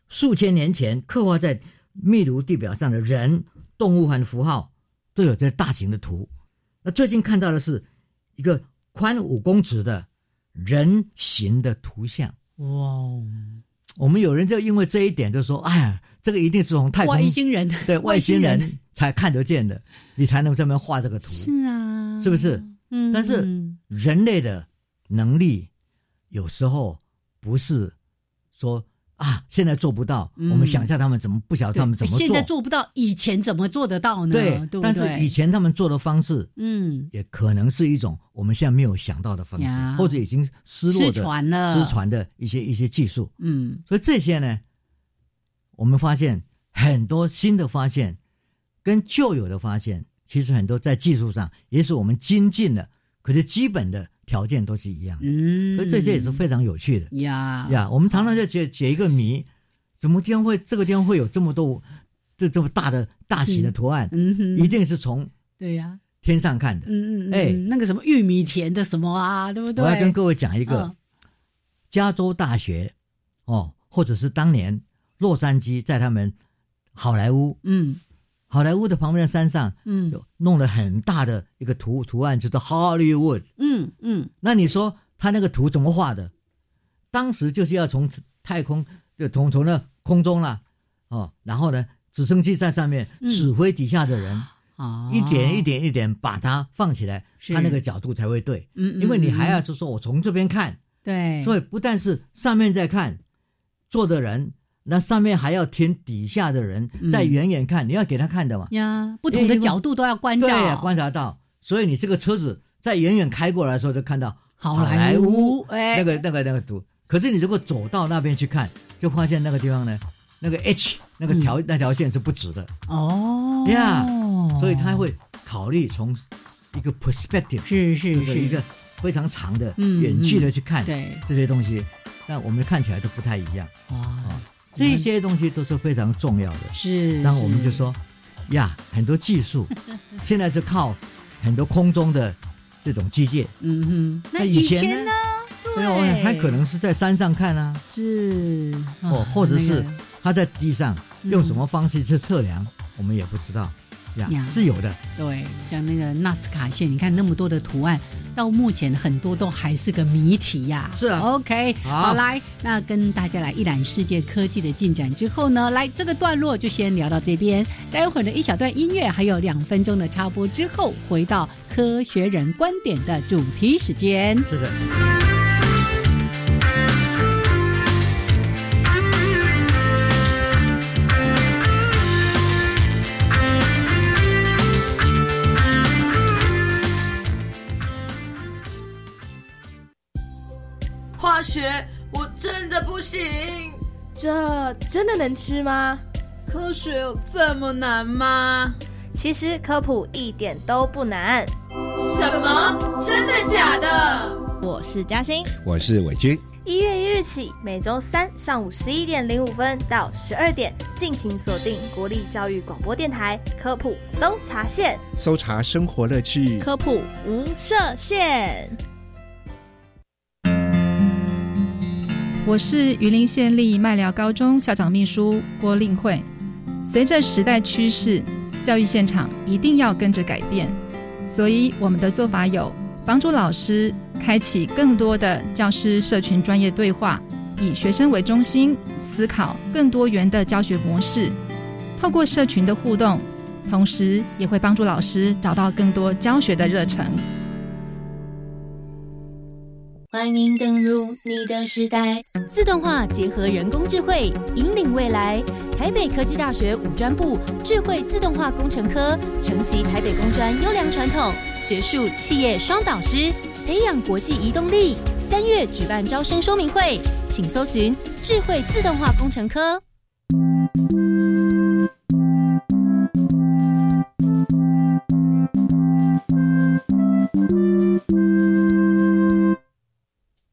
Speaker 1: 数千年前刻画在秘鲁地表上的人、动物和符号，都有这大型的图。那最近看到的是一个宽五公尺的人形的图像。
Speaker 2: 哇哦，
Speaker 1: 我们有人就因为这一点就说：“哎呀，这个一定是从太空
Speaker 2: 外星人，
Speaker 1: 对外星
Speaker 2: 外
Speaker 1: 人才看得见的，你才能这么画这个图。”
Speaker 2: 是啊，
Speaker 1: 是不是？
Speaker 2: 嗯，
Speaker 1: 但是人类的能力有时候不是说啊，现在做不到，
Speaker 2: 嗯
Speaker 1: 我们想一下他们怎么不晓得
Speaker 2: 对
Speaker 1: 他们怎么
Speaker 2: 现在
Speaker 1: 做。
Speaker 2: 做不到，以前怎么做得到呢？
Speaker 1: 对
Speaker 2: 对，不
Speaker 1: 但是以前他们做的方式，
Speaker 2: 嗯，
Speaker 1: 也可能是一种我们现在没有想到的方
Speaker 2: 呀
Speaker 1: 式，或者已经失落
Speaker 2: 失
Speaker 1: 的、
Speaker 2: 传了，
Speaker 1: 失，传的一些一些技术。
Speaker 2: 嗯
Speaker 1: 所以这些呢，我们发现很多新的发现跟旧有的发现，其实很多在技术上也是我们精进了，可是基本的条件都是一样的。
Speaker 2: 嗯，啊
Speaker 1: 所以这些也是非常有趣的
Speaker 2: 呀
Speaker 1: 呀。我们常常就解解一个谜，怎么地方会这个地方会有这么多这这么大的大型的图案？
Speaker 2: 嗯哼，
Speaker 1: 一定是从
Speaker 2: 对呀、
Speaker 1: 天上看的。
Speaker 2: 嗯嗯，
Speaker 1: 哎
Speaker 2: 嗯，那个什么玉米田的什么啊，对不对？
Speaker 1: 我要跟各位讲一个
Speaker 2: 嗯
Speaker 1: 加州大学哦，或者是当年洛杉矶在他们好莱坞
Speaker 2: 嗯
Speaker 1: 好莱坞的旁边的山上
Speaker 2: 嗯
Speaker 1: 有弄了很大的一个图图案，就是 Hollywood。
Speaker 2: 嗯嗯，
Speaker 1: 那你说他那个图怎么画的？当时就是要从太空，就从从那空中啦、哦，然后呢，直升机在上面
Speaker 2: 嗯
Speaker 1: 指挥底下的人，
Speaker 2: 啊，
Speaker 1: 一点一，点一点把它放起来，
Speaker 2: 是
Speaker 1: 它那个角度才会对。
Speaker 2: 嗯，嗯
Speaker 1: 因为你还要
Speaker 2: 嗯
Speaker 1: 是说我从这边看，
Speaker 2: 对，
Speaker 1: 所以不但是上面在看坐的人，那上面还要听底下的人
Speaker 2: 嗯
Speaker 1: 在远远看，你要给他看的嘛。
Speaker 2: 呀，不同的角度都要关照，
Speaker 1: 对呀，观察到，所以你这个车子在远远开过来的时候，就看到
Speaker 2: 好
Speaker 1: 莱
Speaker 2: 莱坞哎
Speaker 1: 那个那个那个图。可是你如果走到那边去看，就发现那个地方呢，那个 H 那个条、那条线是不直的，
Speaker 2: 嗯哦
Speaker 1: 呀所以他会考虑从一个 perspective，
Speaker 2: 是
Speaker 1: 就是是
Speaker 2: 是
Speaker 1: 一个非常长的
Speaker 2: 嗯
Speaker 1: 远距的去看
Speaker 2: 对嗯
Speaker 1: 这些东西，那我们看起来都不太一样。
Speaker 2: 哇，
Speaker 1: 哦这些东西都是非常重要的。
Speaker 2: 是，
Speaker 1: 然后我们
Speaker 2: 是
Speaker 1: 就说，呀，很多技 术现在是靠很多空中的这种机械，
Speaker 2: 嗯哼，那
Speaker 1: 以前
Speaker 2: 前呢？
Speaker 1: 对哦，还可
Speaker 2: 能
Speaker 1: 能是在山上看啊，
Speaker 2: 是
Speaker 1: 哦，或者是
Speaker 2: 啊
Speaker 1: 它在地上用什么方式去测量，我们也不知道。呀
Speaker 2: 嗯呀
Speaker 1: 是有的，
Speaker 2: 对，像那个纳斯卡线，你看那么多的图案，到目前很多都还是个谜题呀、
Speaker 1: 是啊
Speaker 2: OK，
Speaker 1: 好
Speaker 2: 好来，那跟大家来一览世界科技的进展之后呢，来这个段落就先聊到这边。待会儿呢，一小段音乐，还有两分钟的插播之后，回到科学人观点的主题时间。
Speaker 1: 是的。
Speaker 3: 化学我真的不行，
Speaker 4: 这真的能吃吗？
Speaker 5: 科学有这么难吗？
Speaker 6: 其实科普一点都不难。
Speaker 3: 什么？真的假的？
Speaker 6: 我是嘉欣，
Speaker 7: 我是伟军，
Speaker 6: 一月一日起，每周三上午十一点零五分到十二点，敬请锁定国立教育广播电台科普搜查线，
Speaker 7: 搜查生活乐趣。
Speaker 6: 科普无设限。
Speaker 8: 我是榆林县立麦寮高中校长秘书郭令慧。随着时代趋势，教育现场一定要跟着改变，所以我们的做法有帮助老师开启更多的教师社群专业对话，以学生为中心思考更多元的教学模式，透过社群的互动，同时也会帮助老师找到更多教学的热忱。
Speaker 9: 欢迎登入你的时代，
Speaker 10: 自动化结合人工智慧，引领未来。台北科技大学五专部智慧自动化工程科承袭台北工专优良传统，学术企业双导师，培养国际移动力。三月举办招生说明会，请搜寻智慧自动化工程科。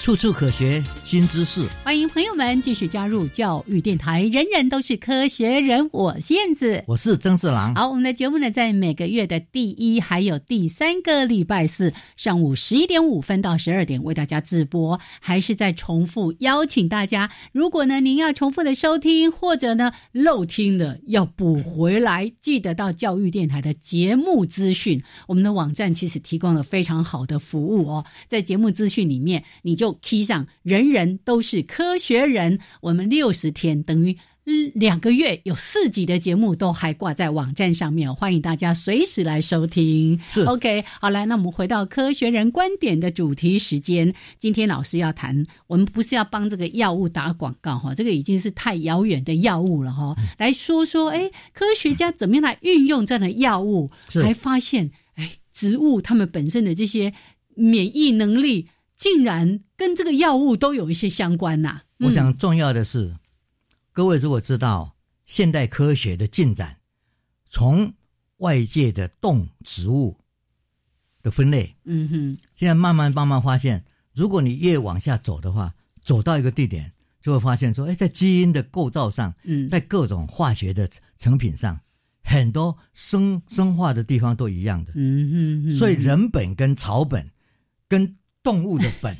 Speaker 1: 处处可学新知识。
Speaker 2: 欢迎朋友们继续加入教育电台。人人都是科学人，我是燕子，
Speaker 1: 我是曾志郎。
Speaker 2: 好，我们的节目呢，在每个月的第一还有第三个礼拜四上午十一点五分到十二点为大家直播，还是在重复邀请大家。如果呢您要重复的收听，或者呢漏听了要补回来，记得到教育电台的节目资讯，我们的网站其实提供了非常好的服务哦。在节目资讯里面，你就 key 上“人人都是科学人”，我们六十天等于。嗯，两个月有四集的节目都还挂在网站上面，欢迎大家随时来收听
Speaker 1: 是。
Speaker 2: OK，好来，那我们回到科学人观点的主题时间。今天老师要谈，我们不是要帮这个药物打广告哈，这个已经是太遥远的药物了
Speaker 1: 嗯
Speaker 2: 哈。来说说，哎，科学家怎么样来运用这样的药物，
Speaker 1: 是
Speaker 2: 还发现，哎，植物它们本身的这些免疫能力，竟然跟这个药物都有一些相关呐、
Speaker 1: 我
Speaker 2: 嗯
Speaker 1: 想重要的是，各位如果知道现代科学的进展，从外界的动植物的分类，
Speaker 2: 嗯哼，
Speaker 1: 现在慢慢慢慢发现，如果你越往下走的话，走到一个地点，就会发现说，哎，在基因的构造上，
Speaker 2: 嗯，
Speaker 1: 在各种化学的成品上，很多生生化的地方都一样的。
Speaker 2: 嗯哼，
Speaker 1: 所以人本跟草本跟动物的 本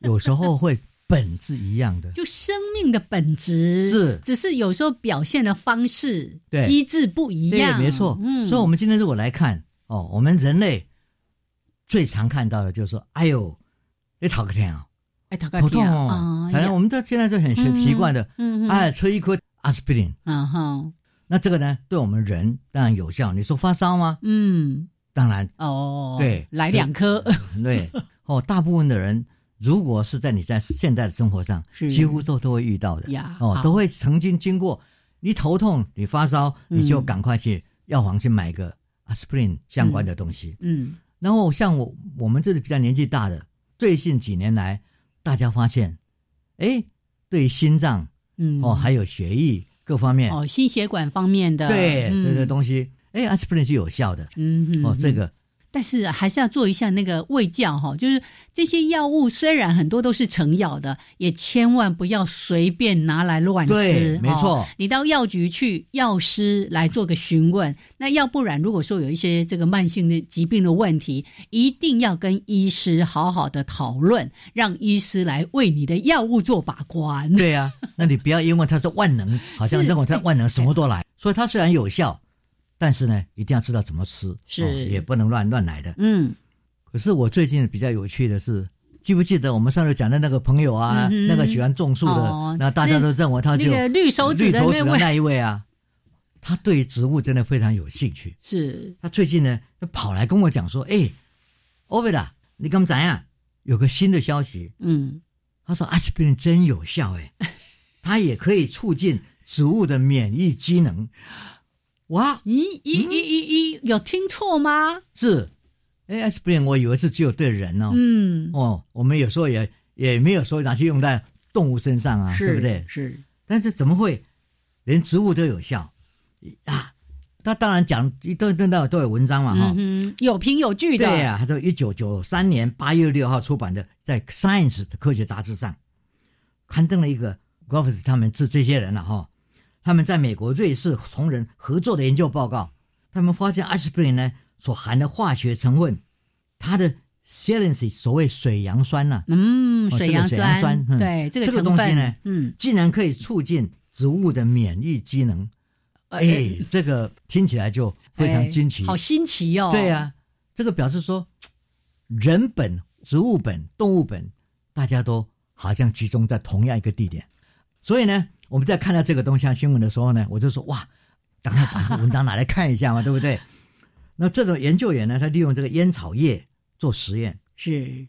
Speaker 1: 有时候会本是一样的。
Speaker 2: 就生命的本质
Speaker 1: 是
Speaker 2: 只是有时候表现的方式、
Speaker 1: 对
Speaker 2: 机制不一
Speaker 1: 对，
Speaker 2: 样，嗯
Speaker 1: 没错。所以，我们今天如果来看哦，我们人类最常看到的就是说，哎呦，你讨个天啊，
Speaker 2: 哎，头
Speaker 1: 头痛
Speaker 2: 啊
Speaker 1: 哦，。反正我
Speaker 2: 们
Speaker 1: 们到现在就很习习惯的，
Speaker 2: 嗯嗯
Speaker 1: 哎，吃一颗阿司匹林。
Speaker 2: 啊哈，
Speaker 1: 那这个呢，对我们人当然有效。你说发烧吗？
Speaker 2: 嗯，
Speaker 1: 当 然，
Speaker 2: 哦，
Speaker 1: 对
Speaker 2: 来
Speaker 1: 是
Speaker 2: 两颗，
Speaker 1: 对。哦，大部分的人，如果是在你在现在的生活上，
Speaker 2: 是
Speaker 1: 几乎都都会遇到的
Speaker 2: 呀
Speaker 1: 哦
Speaker 2: 好，
Speaker 1: 都会曾经经过你头痛，你发烧，
Speaker 2: 嗯
Speaker 1: 你就赶快去药房去买个 aspirin 相关的东西。
Speaker 2: 嗯
Speaker 1: 然后像我我们这里比较年纪大的，最近几年来，大家发现，哎，对心脏
Speaker 2: 嗯
Speaker 1: 哦，还有血液各方面，
Speaker 2: 哦，心血管方面的，
Speaker 1: 对
Speaker 2: 嗯
Speaker 1: 这个东西，哎，aspirin 是有效的。
Speaker 2: 嗯哼
Speaker 1: 哦，
Speaker 2: 哼
Speaker 1: 这个
Speaker 2: 但是还是要做一下那个胃教哈，就是这些药物虽然很多都是成药的，也千万不要随便拿来乱吃。
Speaker 1: 对没错
Speaker 2: 哦你到药局去，药师来做个询问。那要不然，如果说有一些这个慢性的疾病的问题，一定要跟医师好好的讨论，让医师来为你的药物做把关。
Speaker 1: 对呀、那你不要因为它是万能，好像
Speaker 2: 是
Speaker 1: 认为它万能什么都 来，所以它虽然有效，但是呢，一定要知道怎么吃，
Speaker 2: 是
Speaker 1: 哦也不能乱乱来的。
Speaker 2: 嗯，
Speaker 1: 可是我最近比较有趣的是，记不记得我们上次讲的那个朋友啊，
Speaker 2: 嗯哼
Speaker 1: 那个喜欢种树的，
Speaker 2: 哦
Speaker 1: 那大家都认为他就
Speaker 2: 那个绿手指的那
Speaker 1: 绿手
Speaker 2: 位
Speaker 1: 指的那一位啊，他对植物真的非常有兴趣。
Speaker 2: 是
Speaker 1: 他最近呢，就跑来跟我讲说：“哎，欧维达，你刚怎样？啊有个新的消息。”
Speaker 2: 嗯，
Speaker 1: 他说阿司匹林真有效 哎，它也可以促进植物的免疫机能。哇，
Speaker 2: 咦咦咦咦咦，有听错吗？
Speaker 1: 是，哎，阿司匹林我以为是只有对人哦，
Speaker 2: 嗯，
Speaker 1: 哦，我们有时候也也没有说拿去用在动物身上啊，
Speaker 2: 是
Speaker 1: 对不对？
Speaker 2: 是，
Speaker 1: 但是怎么会连植物都有效啊？他当然讲一段段都有都有文章嘛啊哈、
Speaker 2: 嗯哼，有凭有据的。
Speaker 1: 对呀、他说一九九三年八月六号出版的，在《Science》的科学杂志上刊登了一个 g o f f s 他们这这些人了、哈，他们在美国瑞士同仁合作的研究报告，他们发现阿司匹林呢所含的化学成分，它的 salinity 所谓水杨酸呐、
Speaker 2: 嗯，
Speaker 1: 哦
Speaker 2: 水
Speaker 1: 这个
Speaker 2: 杨
Speaker 1: 水杨酸嗯
Speaker 2: 对这个
Speaker 1: 这个
Speaker 2: 成
Speaker 1: 东西
Speaker 2: 分
Speaker 1: 呢
Speaker 2: 嗯，
Speaker 1: 竟然可以促进植物的免疫机能，
Speaker 2: 呃
Speaker 1: 哎，这个听起来就非常惊奇，
Speaker 2: 哎好新奇哦。
Speaker 1: 对呀、这个表示说，人本、植物本、动物本，大家都好像集中在同样一个地点。所以呢，我们在看到这个东西啊新闻的时候呢，我就说哇，赶快把文章拿来看一下嘛，对不对？ 那这种研究员呢，他利用这个烟草叶做实验。
Speaker 2: 是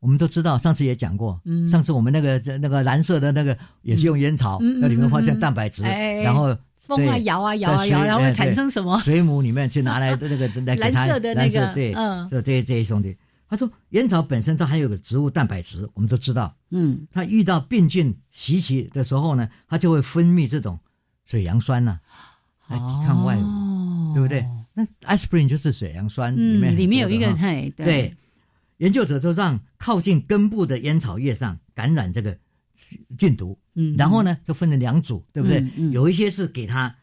Speaker 1: 我们都知道，上次也讲过，
Speaker 2: 嗯
Speaker 1: 上次我们那个那个蓝色的那个也是用烟草，
Speaker 2: 嗯嗯
Speaker 1: 那里面发
Speaker 2: 嗯嗯
Speaker 1: 现蛋白质，
Speaker 2: 哎
Speaker 1: 然后
Speaker 2: 风啊
Speaker 1: 对
Speaker 2: 摇啊摇
Speaker 1: 在
Speaker 2: 啊
Speaker 1: 水
Speaker 2: 摇啊，然后
Speaker 1: 哎
Speaker 2: 会
Speaker 1: 对
Speaker 2: 产生什么？
Speaker 1: 水母里面去拿来那 个来给它
Speaker 2: 蓝色的那个
Speaker 1: 蓝色对，
Speaker 2: 嗯
Speaker 1: 就这这一兄弟，他说烟草本身它含有个植物蛋白质，我们都知道，
Speaker 2: 嗯，
Speaker 1: 它遇到病菌袭击的时候呢，它就会分泌这种水杨酸呐、来抵抗哎外侮，
Speaker 2: 哦
Speaker 1: 对不对？那 aspirin 就是水杨酸里面
Speaker 2: 嗯，
Speaker 1: 很多的哈
Speaker 2: 里面有一个嘿，
Speaker 1: 对，研究者就让靠近根部的烟草叶上感染这个菌毒，
Speaker 2: 嗯
Speaker 1: 然后呢就分成两组，对不对？
Speaker 2: 嗯嗯
Speaker 1: 有一些是给他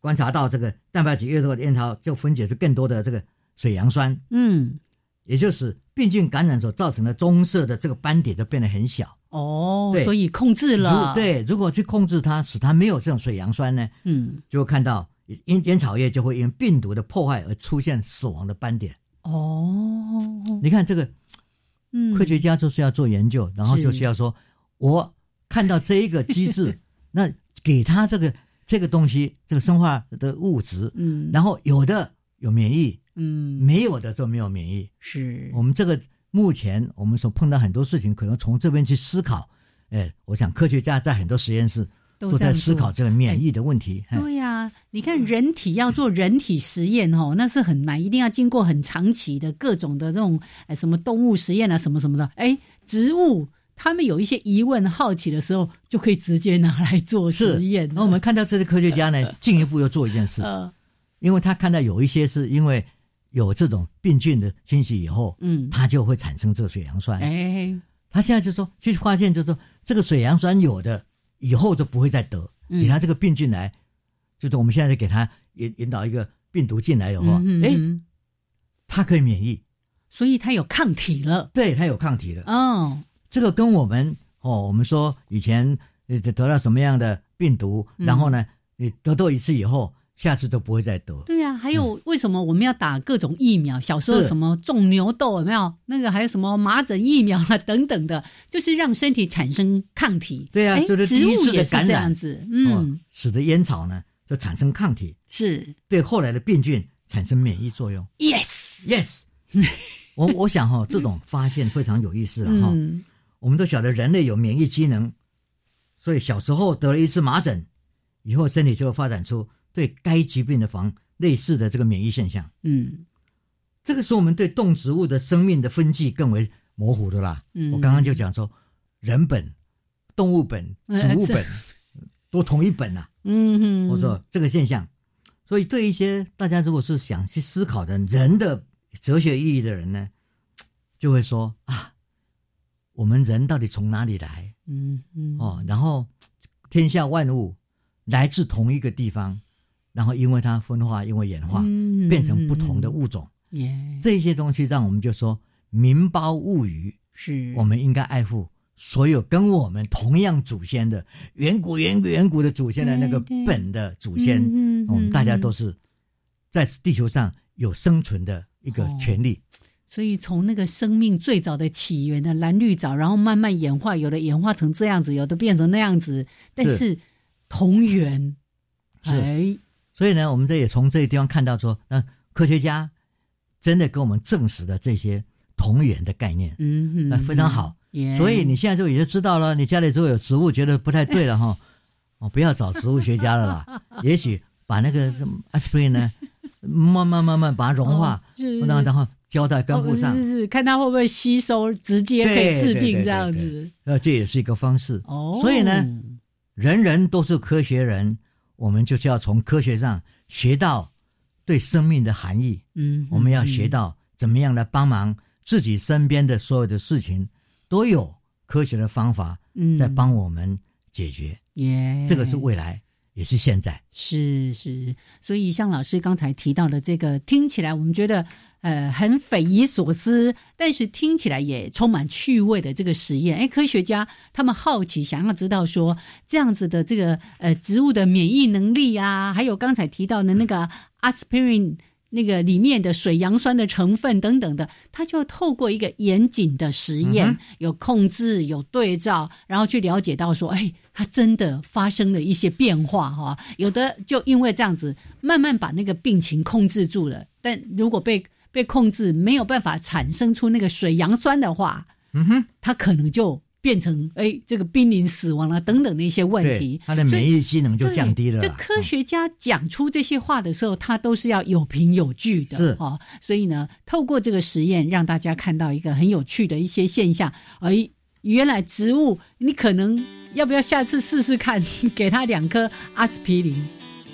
Speaker 1: 观察到这个蛋白质越多的烟草就分解出更多的这个水杨酸，
Speaker 2: 嗯，
Speaker 1: 也就是病菌感染所造成的棕色的这个斑点就变得很小。
Speaker 2: 哦，
Speaker 1: 对
Speaker 2: 所以控制了，
Speaker 1: 如，对，如果去控制它，使它没有这种水杨酸呢，
Speaker 2: 嗯，
Speaker 1: 就会看到烟烟草叶就会因病毒的破坏而出现死亡的斑点。
Speaker 2: 哦，
Speaker 1: 你看这个
Speaker 2: 嗯，
Speaker 1: 科学家就是要做研究，然后就是要说，我看到这一个机制， 那给他这个这个东西，这个生化的物质，
Speaker 2: 嗯，
Speaker 1: 然后有的有免疫，
Speaker 2: 嗯，
Speaker 1: 没有的就没有免疫。
Speaker 2: 是
Speaker 1: 我们这个目前我们所碰到很多事情，可能从这边去思考。哎，我想科学家在很多实验室
Speaker 2: 都
Speaker 1: 都
Speaker 2: 这样
Speaker 1: 在思
Speaker 2: 做
Speaker 1: 考这个免疫的问题。哎
Speaker 2: 对呀、你看人体要做人体实验哦，那是很难，一定要经过很长期的各种的这种哎什么动物实验啊，什么什么的。哎，植物他们有一些疑问、好奇的时候，就可以直接拿来做实
Speaker 1: 是
Speaker 2: 验。
Speaker 1: 然后我们看到这些科学 家呢，进一步又做一件事，
Speaker 2: 呃
Speaker 1: 因为他看到有一些是因为有这种病菌的侵袭以后，
Speaker 2: 嗯
Speaker 1: 它就会产生这个水杨酸。
Speaker 2: 哎
Speaker 1: 他现在就说，去发现就说这个水杨酸有的以后就不会再得，
Speaker 2: 嗯
Speaker 1: 给他这个病进来，就是我们现在给他引引导一个病毒进来以后，哎、
Speaker 2: 嗯嗯
Speaker 1: 他可以免疫，
Speaker 2: 所以它有抗体了。
Speaker 1: 对他有抗体了。
Speaker 2: 哦，
Speaker 1: 这个跟我们哦，我们说以前呃得得到什么样的病毒，
Speaker 2: 嗯
Speaker 1: 然后呢，你得到一次以后，下次都不会再得。
Speaker 2: 对呀、还有为什么我们要打各种疫苗？小时候
Speaker 1: 嗯是
Speaker 2: 什么种牛痘有没有？那个还有什么麻疹疫苗啊等等的，就是让身体产生抗体。
Speaker 1: 对呀
Speaker 2: 哎
Speaker 1: 就是第
Speaker 2: 植
Speaker 1: 一次
Speaker 2: 物
Speaker 1: 的
Speaker 2: 也是
Speaker 1: 感
Speaker 2: 这
Speaker 1: 染
Speaker 2: 样子。嗯，
Speaker 1: 哦，使得烟草呢就产生抗体，
Speaker 2: 是
Speaker 1: 对后来的病菌产生免疫作用。
Speaker 2: yes，
Speaker 1: Yes，我我想哈、这种发现非常有意思啊了哈、
Speaker 2: 嗯，
Speaker 1: 我们都晓得人类有免疫机能，所以小时候得了一次麻疹，以后身体就会发展出对该疾病的防类似的这个免疫现象。
Speaker 2: 嗯，
Speaker 1: 这个时候我们对动植物的生命的分际更为模糊的啦。
Speaker 2: 嗯
Speaker 1: 我刚刚就讲说，人本、动物本、植物本、都同一本啊。
Speaker 2: 呃嗯
Speaker 1: 或者这个现象。所以，对一些大家如果是想去思考的人的哲学意义的人呢，就会说啊，我们人到底从哪里来？
Speaker 2: 嗯嗯
Speaker 1: 哦，然后天下万物来自同一个地方，然后因为它分化，因为演化，
Speaker 2: 嗯
Speaker 1: 变成不同的物种。
Speaker 2: 耶，
Speaker 1: 这些东西让我们就说民胞物语，
Speaker 2: 是
Speaker 1: 我们应该爱护所有跟我们同样祖先的远古、远古、远古的祖先的那个
Speaker 2: 对对
Speaker 1: 本的祖先，
Speaker 2: 嗯嗯嗯
Speaker 1: 我们大家
Speaker 2: 嗯
Speaker 1: 都是在地球上有生存的一个权利。
Speaker 2: 所以从那个生命最早的起源的蓝绿藻，然后慢慢演化，有的演化成这样子，有的变成那样子，但是同源，
Speaker 1: 是
Speaker 2: 哎，
Speaker 1: 所以呢，我们这也从这个地方看到说，那科学家真的给我们证实了这些同源的概念。
Speaker 2: 嗯哼，嗯
Speaker 1: 那非常好
Speaker 2: 耶，
Speaker 1: 所以你现在就已经知道了，你家里如果有植物觉得不太对了哈，哦，不要找植物学家 了啦，也许把那个什么 aspirin 呢，慢慢慢慢把它融化，
Speaker 2: 哦是
Speaker 1: 然后然后浇在根部上
Speaker 2: 哦、，是是是，看它会不会吸收，直接可以
Speaker 1: 对
Speaker 2: 治
Speaker 1: 对对
Speaker 2: 病
Speaker 1: 对
Speaker 2: 这样
Speaker 1: 对
Speaker 2: 子。
Speaker 1: 呃，这也是一个方式。
Speaker 2: 哦
Speaker 1: 所以呢，人人都是科学人，我们就是要从科学上学到对生命的含义。
Speaker 2: 嗯
Speaker 1: 我们要学到怎么样来帮忙自己身边的所有的事情，都有科学的方法
Speaker 2: 嗯
Speaker 1: 在帮我们解决。
Speaker 2: 耶，
Speaker 1: 这个是未来，也是现在。
Speaker 2: 是是，所以像老师刚才提到的这个，听起来我们觉得呃很匪夷所思，但是听起来也充满趣味的这个实验。哎，科学家他们好奇，想要知道说这样子的这个呃植物的免疫能力啊，还有刚才提到的那个 aspirin。那个里面的水杨酸的成分等等的，他就透过一个严谨的实验，
Speaker 1: 嗯哼
Speaker 2: 有控制、有对照，然后去了解到说，哎，它真的发生了一些变化哈、有的就因为这样子，慢慢把那个病情控制住了。但如果被被控制，没有办法产生出那个水杨酸的话，
Speaker 1: 嗯哼，
Speaker 2: 它可能就变成哎这个濒临死亡了等等的一些问
Speaker 1: 对
Speaker 2: 题，。
Speaker 1: 他的免疫机能就
Speaker 2: 对
Speaker 1: 降低了
Speaker 2: 这
Speaker 1: 啦。
Speaker 2: 科学家讲出这些话的时候，他都是要有凭有据的，
Speaker 1: 是
Speaker 2: 哦。所以呢，透过这个实验，让大家看到一个很有趣的一些现象。哎，原来植物，你可能要不要下次试试看， 给它两颗阿司匹林？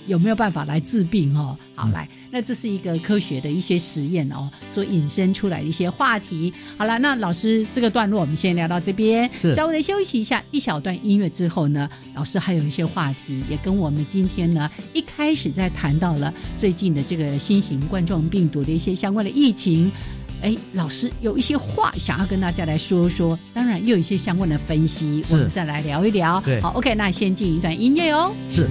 Speaker 2: 有没有办法来治病哦？
Speaker 1: 嗯
Speaker 2: 好，来，那这是一个科学的一些实验哦，所引申出来的一些话题。好了，那老师这个段落我们先聊到这边，
Speaker 1: 是
Speaker 2: 稍微的休息一下，一小段音乐之后呢，老师还有一些话题也跟我们今天呢一开始在谈到了最近的这个新型冠状病毒的一些相关的疫情。哎，老师有一些话想要跟大家来说说，当然也有一些相关的分析，我们
Speaker 1: 是
Speaker 2: 再来聊一聊。
Speaker 1: 对
Speaker 2: 好，OK，那先进一段音乐哦。
Speaker 1: 嗯是。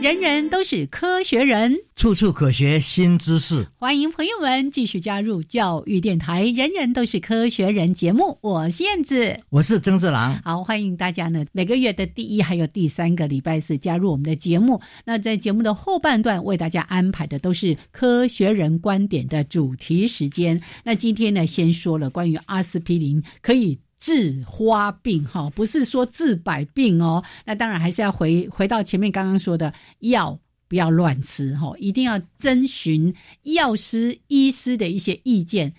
Speaker 2: 人人都是科学人，
Speaker 1: 处处可学新知识。
Speaker 2: 欢迎朋友们继续加入教育电台《人人都是科学人》节目，我是燕子。
Speaker 1: 我是曾志郎，
Speaker 2: 好，欢迎大家呢，每个月的第一还有第三个礼拜四加入我们的节目。那在节目的后半段，为大家安排的都是科学人观点的主题时间。那今天呢，先说了关于阿司匹林可以。治花病哈，不是说治百病哦。那当然还是要回回到前面刚刚说的，药不要乱吃哈，一定要征询药师、医师的一些意见，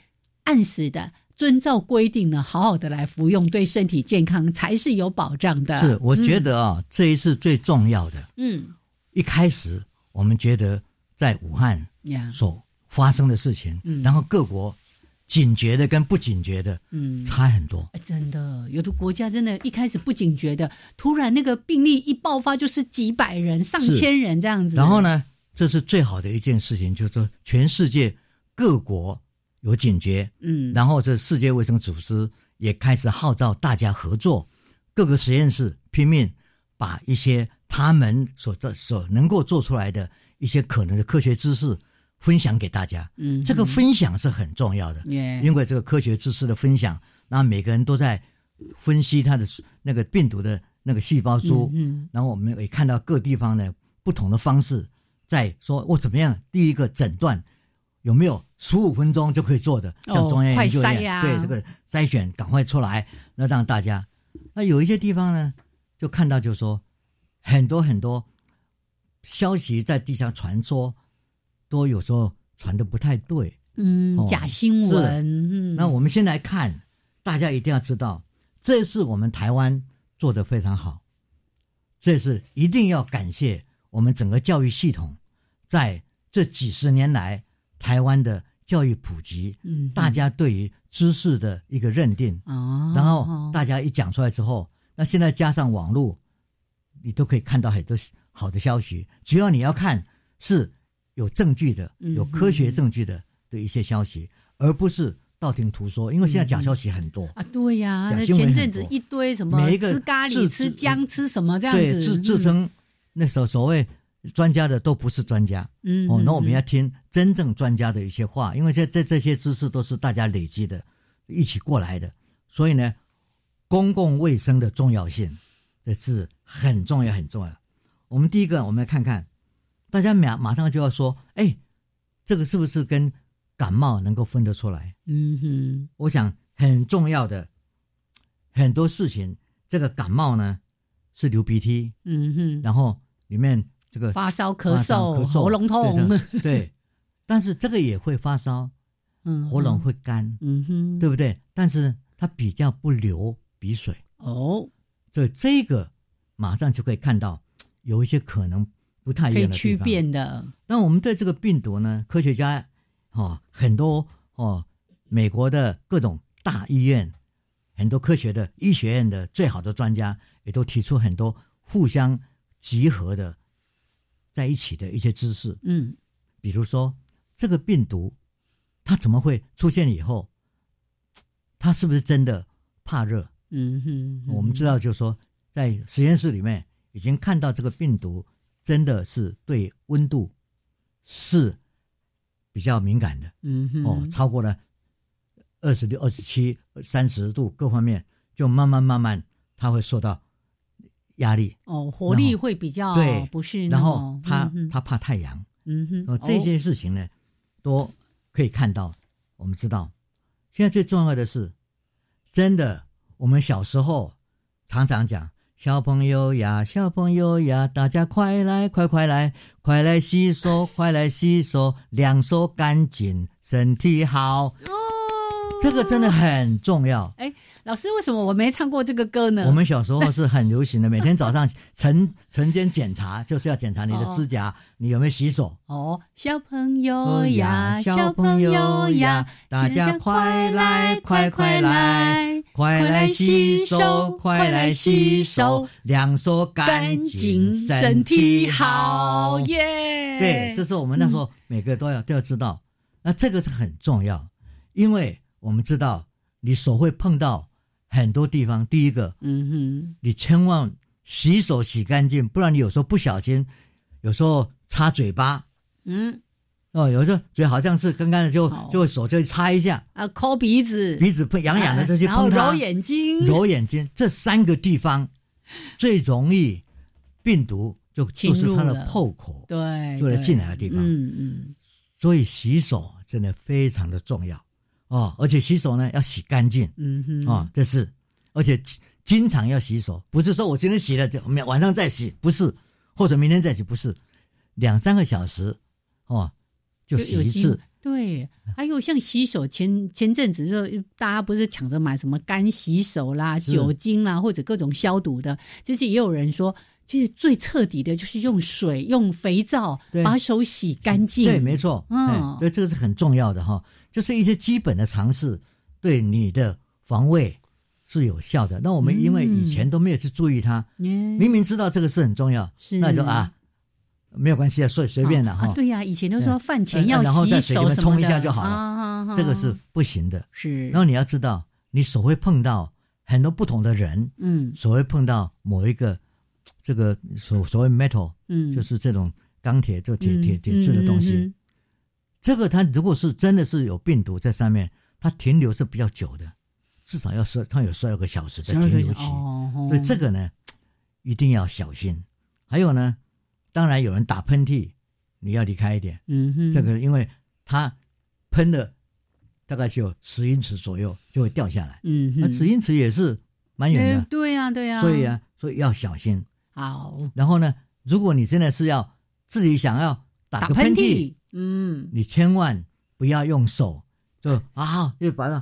Speaker 2: 按时的遵照规定呢，好好的来服用，对身体健康才是有保障的。
Speaker 1: 是，我觉得啊、这一次最重要的。
Speaker 2: 嗯，
Speaker 1: 一开始我们觉得在武汉
Speaker 2: 嗯呀
Speaker 1: 所发生的事情，
Speaker 2: 嗯
Speaker 1: 然后各国警觉的跟不警觉的，
Speaker 2: 嗯
Speaker 1: 差很多。
Speaker 2: 哎真的，有的国家真的一开始不警觉的，突然那个病例一爆发就是几百人、上
Speaker 1: 是
Speaker 2: 千人这样子。
Speaker 1: 然后？呢，这是最好的一件事情，就是说全世界各国有警觉，
Speaker 2: 嗯，
Speaker 1: 然后这世界卫生组织也开始号召大家合作，各个实验室拼命把一些他们所做所能够做出来的一些可能的科学知识分享给大家。
Speaker 2: 嗯
Speaker 1: 这个
Speaker 2: 哼
Speaker 1: 分享是很重要的，
Speaker 2: 耶
Speaker 1: 因为这个科学知识的分享，那每个人都在分析他的那个病毒的那个细胞株，
Speaker 2: 嗯嗯
Speaker 1: 然后我们也看到各地方呢不同的方式，在说我怎么样，第一个诊断有没有十五分钟就可以做的，
Speaker 2: 哦
Speaker 1: 像中央研究
Speaker 2: 快筛
Speaker 1: 院、
Speaker 2: 呀
Speaker 1: 对这个筛选赶快出来，那让大家，那有一些地方呢就看到就说很多很多消息在地上传说，都有时候传的不太对，
Speaker 2: 嗯，
Speaker 1: 哦
Speaker 2: 假新
Speaker 1: 是
Speaker 2: 闻。嗯，
Speaker 1: 那我们先来看，大家一定要知道，这是我们台湾做的非常好，这是一定要感谢我们整个教育系统，在这几十年来台湾的教育普及，
Speaker 2: 嗯
Speaker 1: 大家对于知识的一个认定，
Speaker 2: 哦，
Speaker 1: 然后大家一讲出来之后，那现在加上网络，你都可以看到很多好的消息，只要你要看是有证据的、
Speaker 2: 嗯
Speaker 1: 有科学证据的的一些消息，而不是道听途说，因为现在假消息很多。
Speaker 2: 啊，对呀，
Speaker 1: 假
Speaker 2: 那
Speaker 1: 新闻
Speaker 2: 前阵
Speaker 1: 很
Speaker 2: 子
Speaker 1: 多
Speaker 2: 一堆什么
Speaker 1: 每一个
Speaker 2: 吃咖喱、
Speaker 1: 自
Speaker 2: 吃
Speaker 1: 自
Speaker 2: 姜、吃什么这样
Speaker 1: 对，
Speaker 2: 子，嗯
Speaker 1: 自自称那时候所谓专家的都不是专家。
Speaker 2: 嗯，嗯
Speaker 1: 哦，那我
Speaker 2: 嗯
Speaker 1: 们要听真正专家的一些话，因为这这这些知识都是大家累积的，一起过来的，所以呢，公共卫生的重要性，这是很重要很重要。我们第一个，我们来看看，大家马马上就要说，哎，这个是不是跟感冒能够分得出来？
Speaker 2: 嗯哼，
Speaker 1: 我想很重要的很多事情，这个感冒呢是流鼻涕，
Speaker 2: 嗯哼，
Speaker 1: 然后里面这个
Speaker 2: 发烧、咳
Speaker 1: 发烧
Speaker 2: 嗽、喉咙痛，
Speaker 1: 这是对，但是这个也会发烧，
Speaker 2: 嗯
Speaker 1: 喉咙，会干，
Speaker 2: 嗯哼，
Speaker 1: 对不对？但是它比较不流鼻水，
Speaker 2: 哦，
Speaker 1: 所以这个马上就可以看到有一些可能不太一
Speaker 2: 可以
Speaker 1: 样的
Speaker 2: 区
Speaker 1: 地方。
Speaker 2: 辨的，
Speaker 1: 那我们对这个病毒呢，科学家哦很多哦，美国的各种大医院，很多科学的医学院的最好的专家，也都提出很多互相集合的在一起的一些知识。
Speaker 2: 嗯
Speaker 1: 比如说这个病毒，它怎么会出现以后，它是不是真的怕热？
Speaker 2: 嗯哼，
Speaker 1: 我们知
Speaker 2: 道，
Speaker 1: 道，就是说在实验室里面已经看到这个病毒真的是对温度是比较敏感的
Speaker 2: 嗯哼，
Speaker 1: 哦，超过了二十六、二十七、三十度各方面，就慢慢慢慢它会受到压力，
Speaker 2: 哦，活力
Speaker 1: 然后
Speaker 2: 会比较
Speaker 1: 对
Speaker 2: 不是那
Speaker 1: 然
Speaker 2: 么，
Speaker 1: 后它
Speaker 2: 哦嗯哼
Speaker 1: 它怕太阳，
Speaker 2: 嗯哼，
Speaker 1: 哦，这些
Speaker 2: 哦
Speaker 1: 事情呢，都可以看到。我们知道，现在最重要的是，真的，我们小时候常常讲“小朋友呀，小朋友呀，大家快来，快快来，快来洗手，快来洗手，两手干净，身体好”。这个真的很重要。
Speaker 2: 老师为什么我没唱过这个歌呢？
Speaker 1: 我们小时候是很流行的，每天早上晨晨间检查，就是要检查你
Speaker 2: 哦
Speaker 1: 的指甲，你有没有洗手。
Speaker 2: 哦，小朋友
Speaker 1: 哦
Speaker 2: 呀，
Speaker 1: 呀，
Speaker 2: 小
Speaker 1: 小
Speaker 2: 朋
Speaker 1: 朋
Speaker 2: 友呀
Speaker 1: 友呀，，大家快来，快快来，快来洗手，快来洗手，两手干净，身体好。嗯
Speaker 2: 耶！
Speaker 1: 对，这是我们那时候每个都要都要知道，那这个是很重要，因为我们知道你手会碰到很多地方。第一个，
Speaker 2: 嗯哼，
Speaker 1: 你千万洗手洗干净，不然你有时候不小心，有时候擦嘴巴，
Speaker 2: 嗯
Speaker 1: 哦，有时候嘴好像是刚刚的就
Speaker 2: 好
Speaker 1: 就手就擦一下，
Speaker 2: 啊，抠鼻子，
Speaker 1: 鼻子碰痒痒的这些
Speaker 2: 哎然后
Speaker 1: 碰它，
Speaker 2: 揉眼睛，
Speaker 1: 揉眼睛这三个地方最容易病毒就
Speaker 2: 侵
Speaker 1: 就是
Speaker 2: 入
Speaker 1: 它的
Speaker 2: 了
Speaker 1: 破口，
Speaker 2: 对，
Speaker 1: 就是
Speaker 2: 对
Speaker 1: 进来的地方
Speaker 2: 嗯嗯，
Speaker 1: 所以洗手真的非常的重要哦，而且洗手呢要洗干净
Speaker 2: 嗯哼，
Speaker 1: 哦，这是而且经经常要洗手，不是说我今天洗了就明晚上再洗，不是，或者明天再洗，不是，两三个小时，哦，就洗一次。
Speaker 2: 对，还有像洗手前前阵子就大家不是抢着买什么干洗手啦、酒精啦，或者各种消毒的，就是也有人说，其实最彻底的就是用水、用肥皂把手洗干净。
Speaker 1: 对，没错，嗯，对，这个是很重要的哈，就是一些基本的常识，对你的防卫是有效的。那我们因为以前都没有去注意它，嗯、明明知道这个是很重要，那就啊。没有关系啊，随随便的哈、呃
Speaker 2: 啊。对呀、啊，以前都说饭前要洗手、嗯啊、
Speaker 1: 然后在水里面冲一下
Speaker 2: 就
Speaker 1: 好了，这个是不行的。
Speaker 2: 啊是。
Speaker 1: 然后你要知道，你手会碰到很多不同的人，嗯，手会碰到某一个这个所所谓 metal，嗯，就是这种钢铁就铁铁铁质的东西。嗯嗯、这个它如果是真的是有病毒在上面，它停留是比较久的，至少要十它有十二个小时的停留期。哦、所以这个呢，一定要小心。还有呢。当然有人打喷嚏，你要离开一点。嗯哼，这个因为它喷的大概就十英尺左右就会掉下来。嗯哼，那十英尺也是蛮远的。欸、
Speaker 2: 对呀、啊，对呀、啊。
Speaker 1: 所以啊，所以要小心。
Speaker 2: 好。
Speaker 1: 然后呢，如果你真的是要自己想要打个喷嚏，喷嚏嗯，你千万不要用手，就啊，就把那，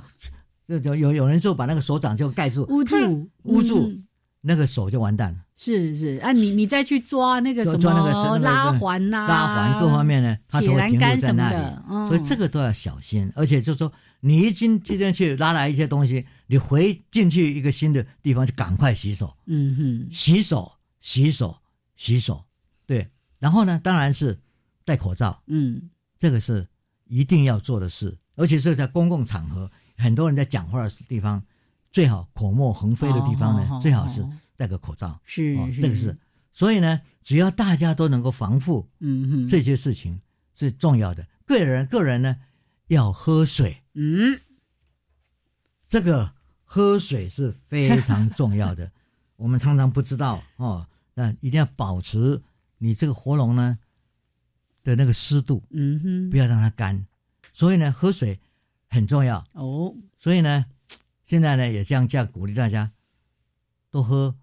Speaker 1: 就就有有人就把那个手掌就盖住，
Speaker 2: 捂住，
Speaker 1: 捂住。嗯那个手就完蛋了。
Speaker 2: 是是啊，你你再去抓那个什么拉环呐、
Speaker 1: 拉哦环各啊方面呢，它都会停留在那里。所以这个都要小心。而且就说，你一今今天去拉来一些东西，你回进去一个新的地方就赶快洗手。嗯哼，洗手、洗手、洗手。对，然后呢，当然是戴口罩。嗯，这个是一定要做的事，而且是在公共场合，很多人在讲话的地方。最好口沫横飞的地方
Speaker 2: 哦
Speaker 1: 呢，最好是戴个口罩。哦
Speaker 2: 是，
Speaker 1: 这个哦是。所以呢，只要大家都能够防护，嗯嗯，这些事情是重要的。个人个人呢，要喝水。嗯，这个喝水是非常重要的。我们常常不知道哦，那一定要保持你这个喉咙呢的那个湿度，嗯哼，不要让它干。所以呢，喝水很重要哦。所以呢。现在呢，也这样这样鼓励大家，多喝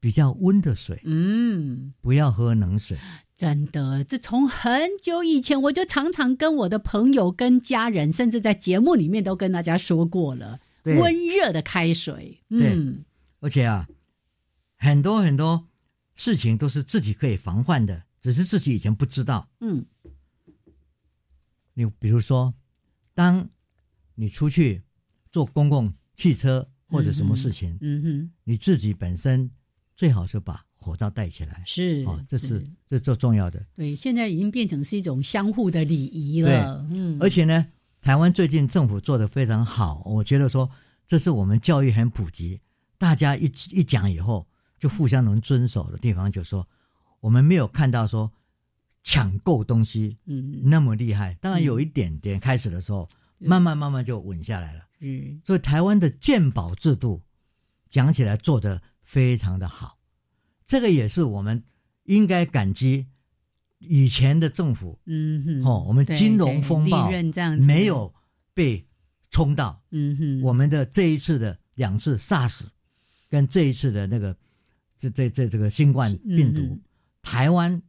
Speaker 1: 比较温的水，嗯，不要喝冷水。
Speaker 2: 真的，这从很久以前我就常常跟我的朋友、跟家人，甚至在节目里面都跟大家说过了，温热的开水。
Speaker 1: 嗯，对，而且啊，很多很多事情都是自己可以防范的，只是自己以前不知道。嗯，你比如说，当你出去。坐公共汽车或者什么事情，嗯哼，嗯哼你自己本身最好是把口罩戴起来，
Speaker 2: 是
Speaker 1: 哦，这是这最重要的。
Speaker 2: 对，现在已经变成是一种相互的礼仪了。
Speaker 1: 嗯，而且呢，台湾最近政府做的非常好，我觉得说这是我们教育很普及，大家一一讲以后就互相能遵守的地方，就说我们没有看到说抢购东西，嗯，那么厉害。当然有一点点，开始的时候。嗯慢慢慢慢就稳下来了。嗯，所以台湾的鉴宝制度讲起来做得非常的好，这个也是我们应该感激以前的政府。嗯哼，哦，我们金融风暴没有被冲到。嗯哼，我们的这一次的两次 SARS 跟这一次的那个这这这这个新冠病毒，嗯、台湾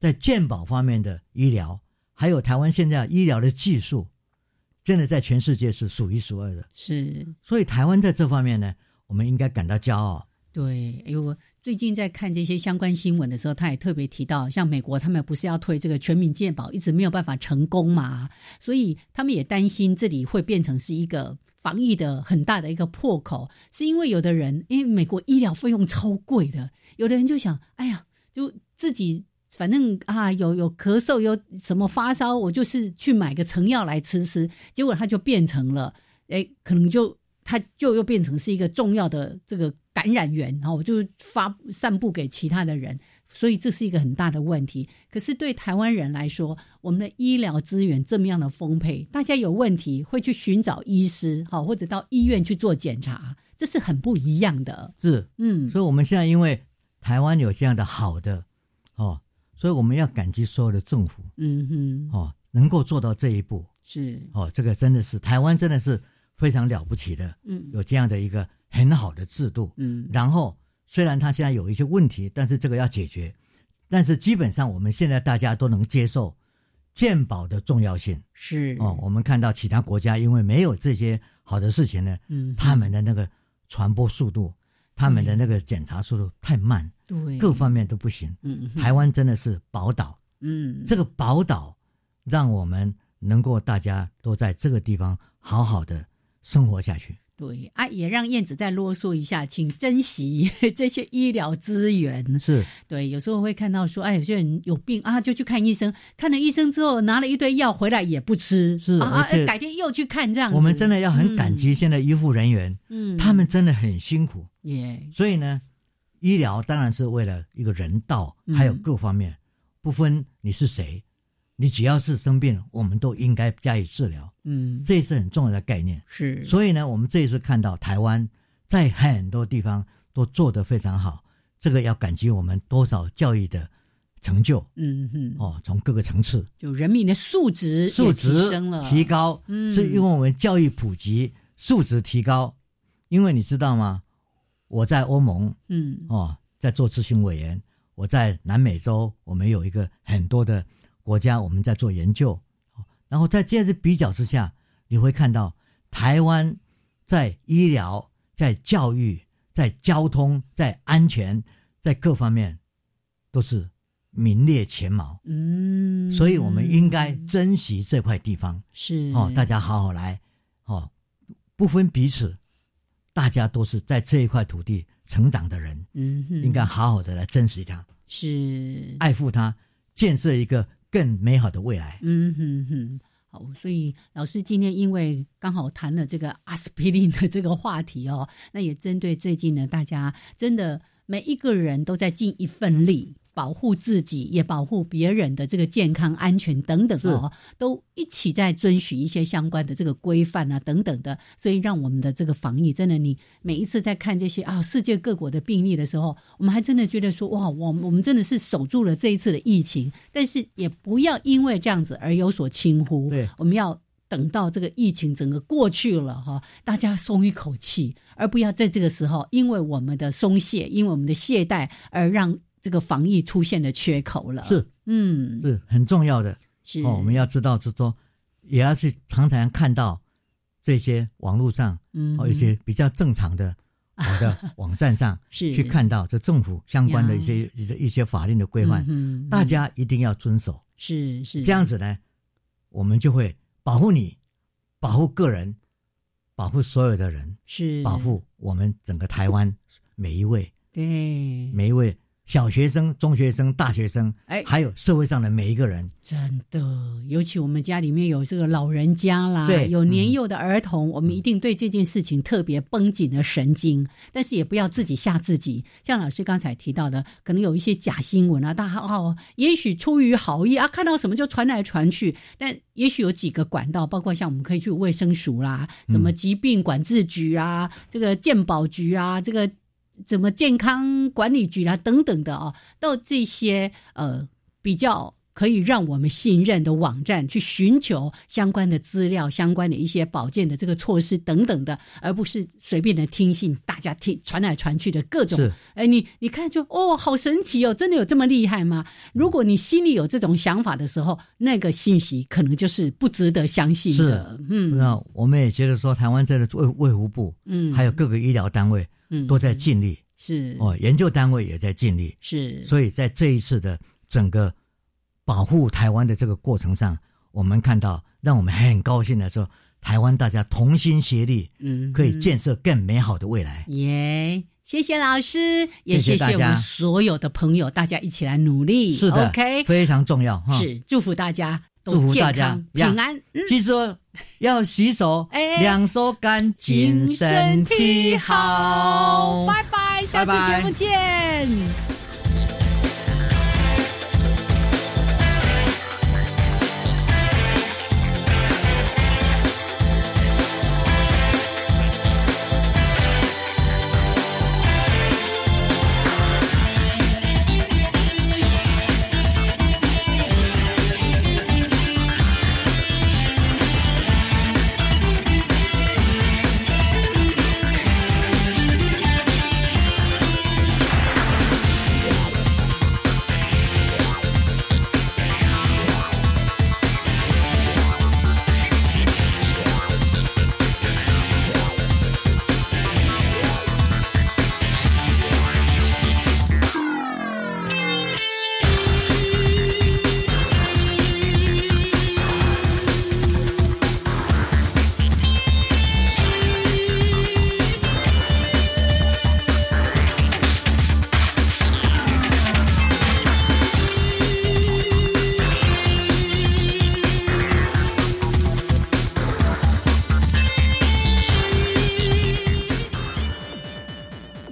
Speaker 1: 在鉴宝方面的医疗，还有台湾现在医疗的技术。真的在全世界是数一数二的，
Speaker 2: 是。
Speaker 1: 所以台湾在这方面呢，我们应该感到骄傲。
Speaker 2: 对，因为我最近在看这些相关新闻的时候，他也特别提到，像美国他们不是要推这个全民健保，一直没有办法成功嘛，所以他们也担心这里会变成是一个防疫的很大的一个破口，是因为有的人因为美国医疗费用超贵的，有的人就想，哎呀，就自己。反正啊，有有咳嗽，有什么发烧，我就是去买个成药来吃吃，结果它就变成了，哎，可能就它就又变成是一个重要的这个感染源，然后我就发散布给其他的人，所以这是一个很大的问题。可是对台湾人来说，我们的医疗资源这么样的丰沛，大家有问题会去寻找医师，好或者到医院去做检查，这是很不一样的。
Speaker 1: 是，嗯，所以我们现在因为台湾有这样的好的，哦。所以我们要感激所有的政府，嗯哼，哦，能够做到这一步
Speaker 2: 是
Speaker 1: 哦，这个真的是台湾真的是非常了不起的，嗯，有这样的一个很好的制度，嗯，然后虽然它现在有一些问题，但是这个要解决，但是基本上我们现在大家都能接受健保的重要性。
Speaker 2: 是
Speaker 1: 哦，我们看到其他国家因为没有这些好的事情呢，
Speaker 2: 嗯
Speaker 1: 他们的那个传播速度，他们的那个检查速度太慢，
Speaker 2: 对
Speaker 1: 各方面都不行。
Speaker 2: 嗯
Speaker 1: 台湾真的是宝岛，
Speaker 2: 嗯，
Speaker 1: 这个宝岛让我们能够大家都在这个地方好好的生活下去。
Speaker 2: 对啊，也让燕子再啰嗦一下，请珍惜 这些医疗资源。
Speaker 1: 是
Speaker 2: 对，有时候会看到说，哎，有些人有病啊，就去看医生，看了医生之后拿了一堆药回来也不吃，
Speaker 1: 是
Speaker 2: 啊，啊
Speaker 1: 而且
Speaker 2: 改天又去看这样子。
Speaker 1: 我们真的要很感
Speaker 2: 嗯，
Speaker 1: 激现在医护人员，
Speaker 2: 嗯
Speaker 1: 他们真的很辛苦。
Speaker 2: 也
Speaker 1: 所以呢，医疗当然是为了一个人道，
Speaker 2: 嗯
Speaker 1: 还有各方面，不分你是谁，你只要是生病，我们都应该加以治疗，
Speaker 2: 嗯
Speaker 1: 这也是很重要的概念。
Speaker 2: 是，
Speaker 1: 所以呢，我们这一次看到台湾在很多地方都做得非常好，这个要感激我们多少教育的成就
Speaker 2: 嗯哼，
Speaker 1: 哦，从各个层次。
Speaker 2: 就人民的素质
Speaker 1: 素
Speaker 2: 也
Speaker 1: 质
Speaker 2: 提升了，
Speaker 1: 提高，
Speaker 2: 嗯
Speaker 1: 是因为我们教育普及，素质提高。因为你知道吗？我在欧盟
Speaker 2: 嗯
Speaker 1: 哦，在做咨询委员；我在南美洲，我们有一个很多的国家，我们在做研究。哦然后在这样子比较之下，你会看到台湾在医疗、在教育、在交通、在安全、在各方面都是名列前茅。
Speaker 2: 嗯，
Speaker 1: 所以我们应该珍惜这块地方
Speaker 2: 是
Speaker 1: 哦，大家好好来哦，不分彼此，大家都是在这一块土地成长的人，
Speaker 2: 嗯哼，
Speaker 1: 应该好好的来珍惜它，
Speaker 2: 是
Speaker 1: 爱护它，建设一个更美好的未来。
Speaker 2: 嗯哼哼，好，所以老师今天因为刚好谈了这个阿司匹林的这个话题哦，那也针对最近呢，大家真的每一个人都在尽一份力。保护自己，也保护别人的这个健康、安全等等哦，都一起在遵循一些相关的这个规范啊等等的，所以让我们的这个防疫真的，你每一次在看这些啊世界各国的病例的时候，我们还真的觉得说哇，我们我们真的是守住了这一次的疫情，但是也不要因为这样子而有所轻忽。
Speaker 1: 对
Speaker 2: 我们要等到这个疫情整个过去了哈，大家松一口气，而不要在这个时候因为我们的松懈，因为我们的懈怠而让这个防疫出现了缺口了。
Speaker 1: 是，
Speaker 2: 嗯，
Speaker 1: 是很重要的
Speaker 2: 是，
Speaker 1: 哦，我们要知道，就是说，也要去常常看到这些网络上
Speaker 2: 嗯
Speaker 1: 哦一些比较正 常的。好的网站上
Speaker 2: 是
Speaker 1: 去看到这政府相关的
Speaker 2: 呀
Speaker 1: 一些一些一些法令的规范，
Speaker 2: 嗯哼
Speaker 1: 大家一定要遵守。
Speaker 2: 是是
Speaker 1: 这样子呢，我们就会保护你，保护个人，保护所有的人，
Speaker 2: 是
Speaker 1: 保护我们整个台湾每一位
Speaker 2: 对，
Speaker 1: 每一位小学生、中学生、大学生，
Speaker 2: 哎
Speaker 1: 还有社会上的每一个人。
Speaker 2: 真的，尤其我们家里面有这个老人家啦，
Speaker 1: 对嗯
Speaker 2: 有年幼的儿童，我们一定对这件事情特别绷紧了神经。但是也不要自己吓自己，像老师刚才提到的，可能有一些假新闻啊，大家哦，也许出于好意啊，看到什么就传来传去，但也许有几个管道，包括像我们可以去卫生署啦，什么疾病管制局啊，这个健保局啊，这个怎么健康管理局啊等等的啊，到这些呃比较可以让我们信任的网站去寻求相关的资料、相关的一些保健的这个措施等等的，而不是随便的听信大家听传来传去的各种
Speaker 1: 是。
Speaker 2: 哎，你你看就哦，好神奇哦，真的有这么厉害吗？如果你心里有这种想法的时候，那个信息可能就是不值得相信的。嗯
Speaker 1: 那我们也觉得说，台湾这个卫卫福部，
Speaker 2: 嗯，
Speaker 1: 还有各个医疗单位
Speaker 2: 嗯
Speaker 1: 都在尽力、
Speaker 2: 是
Speaker 1: 哦，研究单位也在尽力。
Speaker 2: 是，
Speaker 1: 所以在这一次的整个保护台湾的这个过程上，我们看到让我们很高兴的说，台湾大家同心协力，
Speaker 2: 嗯
Speaker 1: 可以
Speaker 2: 嗯
Speaker 1: 建设更美好的未来。
Speaker 2: 耶谢谢老师，也谢
Speaker 1: 谢谢
Speaker 2: 谢
Speaker 1: 大
Speaker 2: 我们
Speaker 1: 家
Speaker 2: 所有的朋友，大家一起来努力。
Speaker 1: 是的
Speaker 2: 嗯，OK，
Speaker 1: 非常重要哈。，
Speaker 2: 是祝福大家都
Speaker 1: 祝福
Speaker 2: 健
Speaker 1: 大家
Speaker 2: 康
Speaker 1: 呀
Speaker 2: 平安。嗯，
Speaker 1: 记住要洗手
Speaker 2: 哎，
Speaker 1: 两手干净，身体好。
Speaker 2: 拜拜，下
Speaker 1: 拜
Speaker 2: 次
Speaker 1: 拜
Speaker 2: 节目见。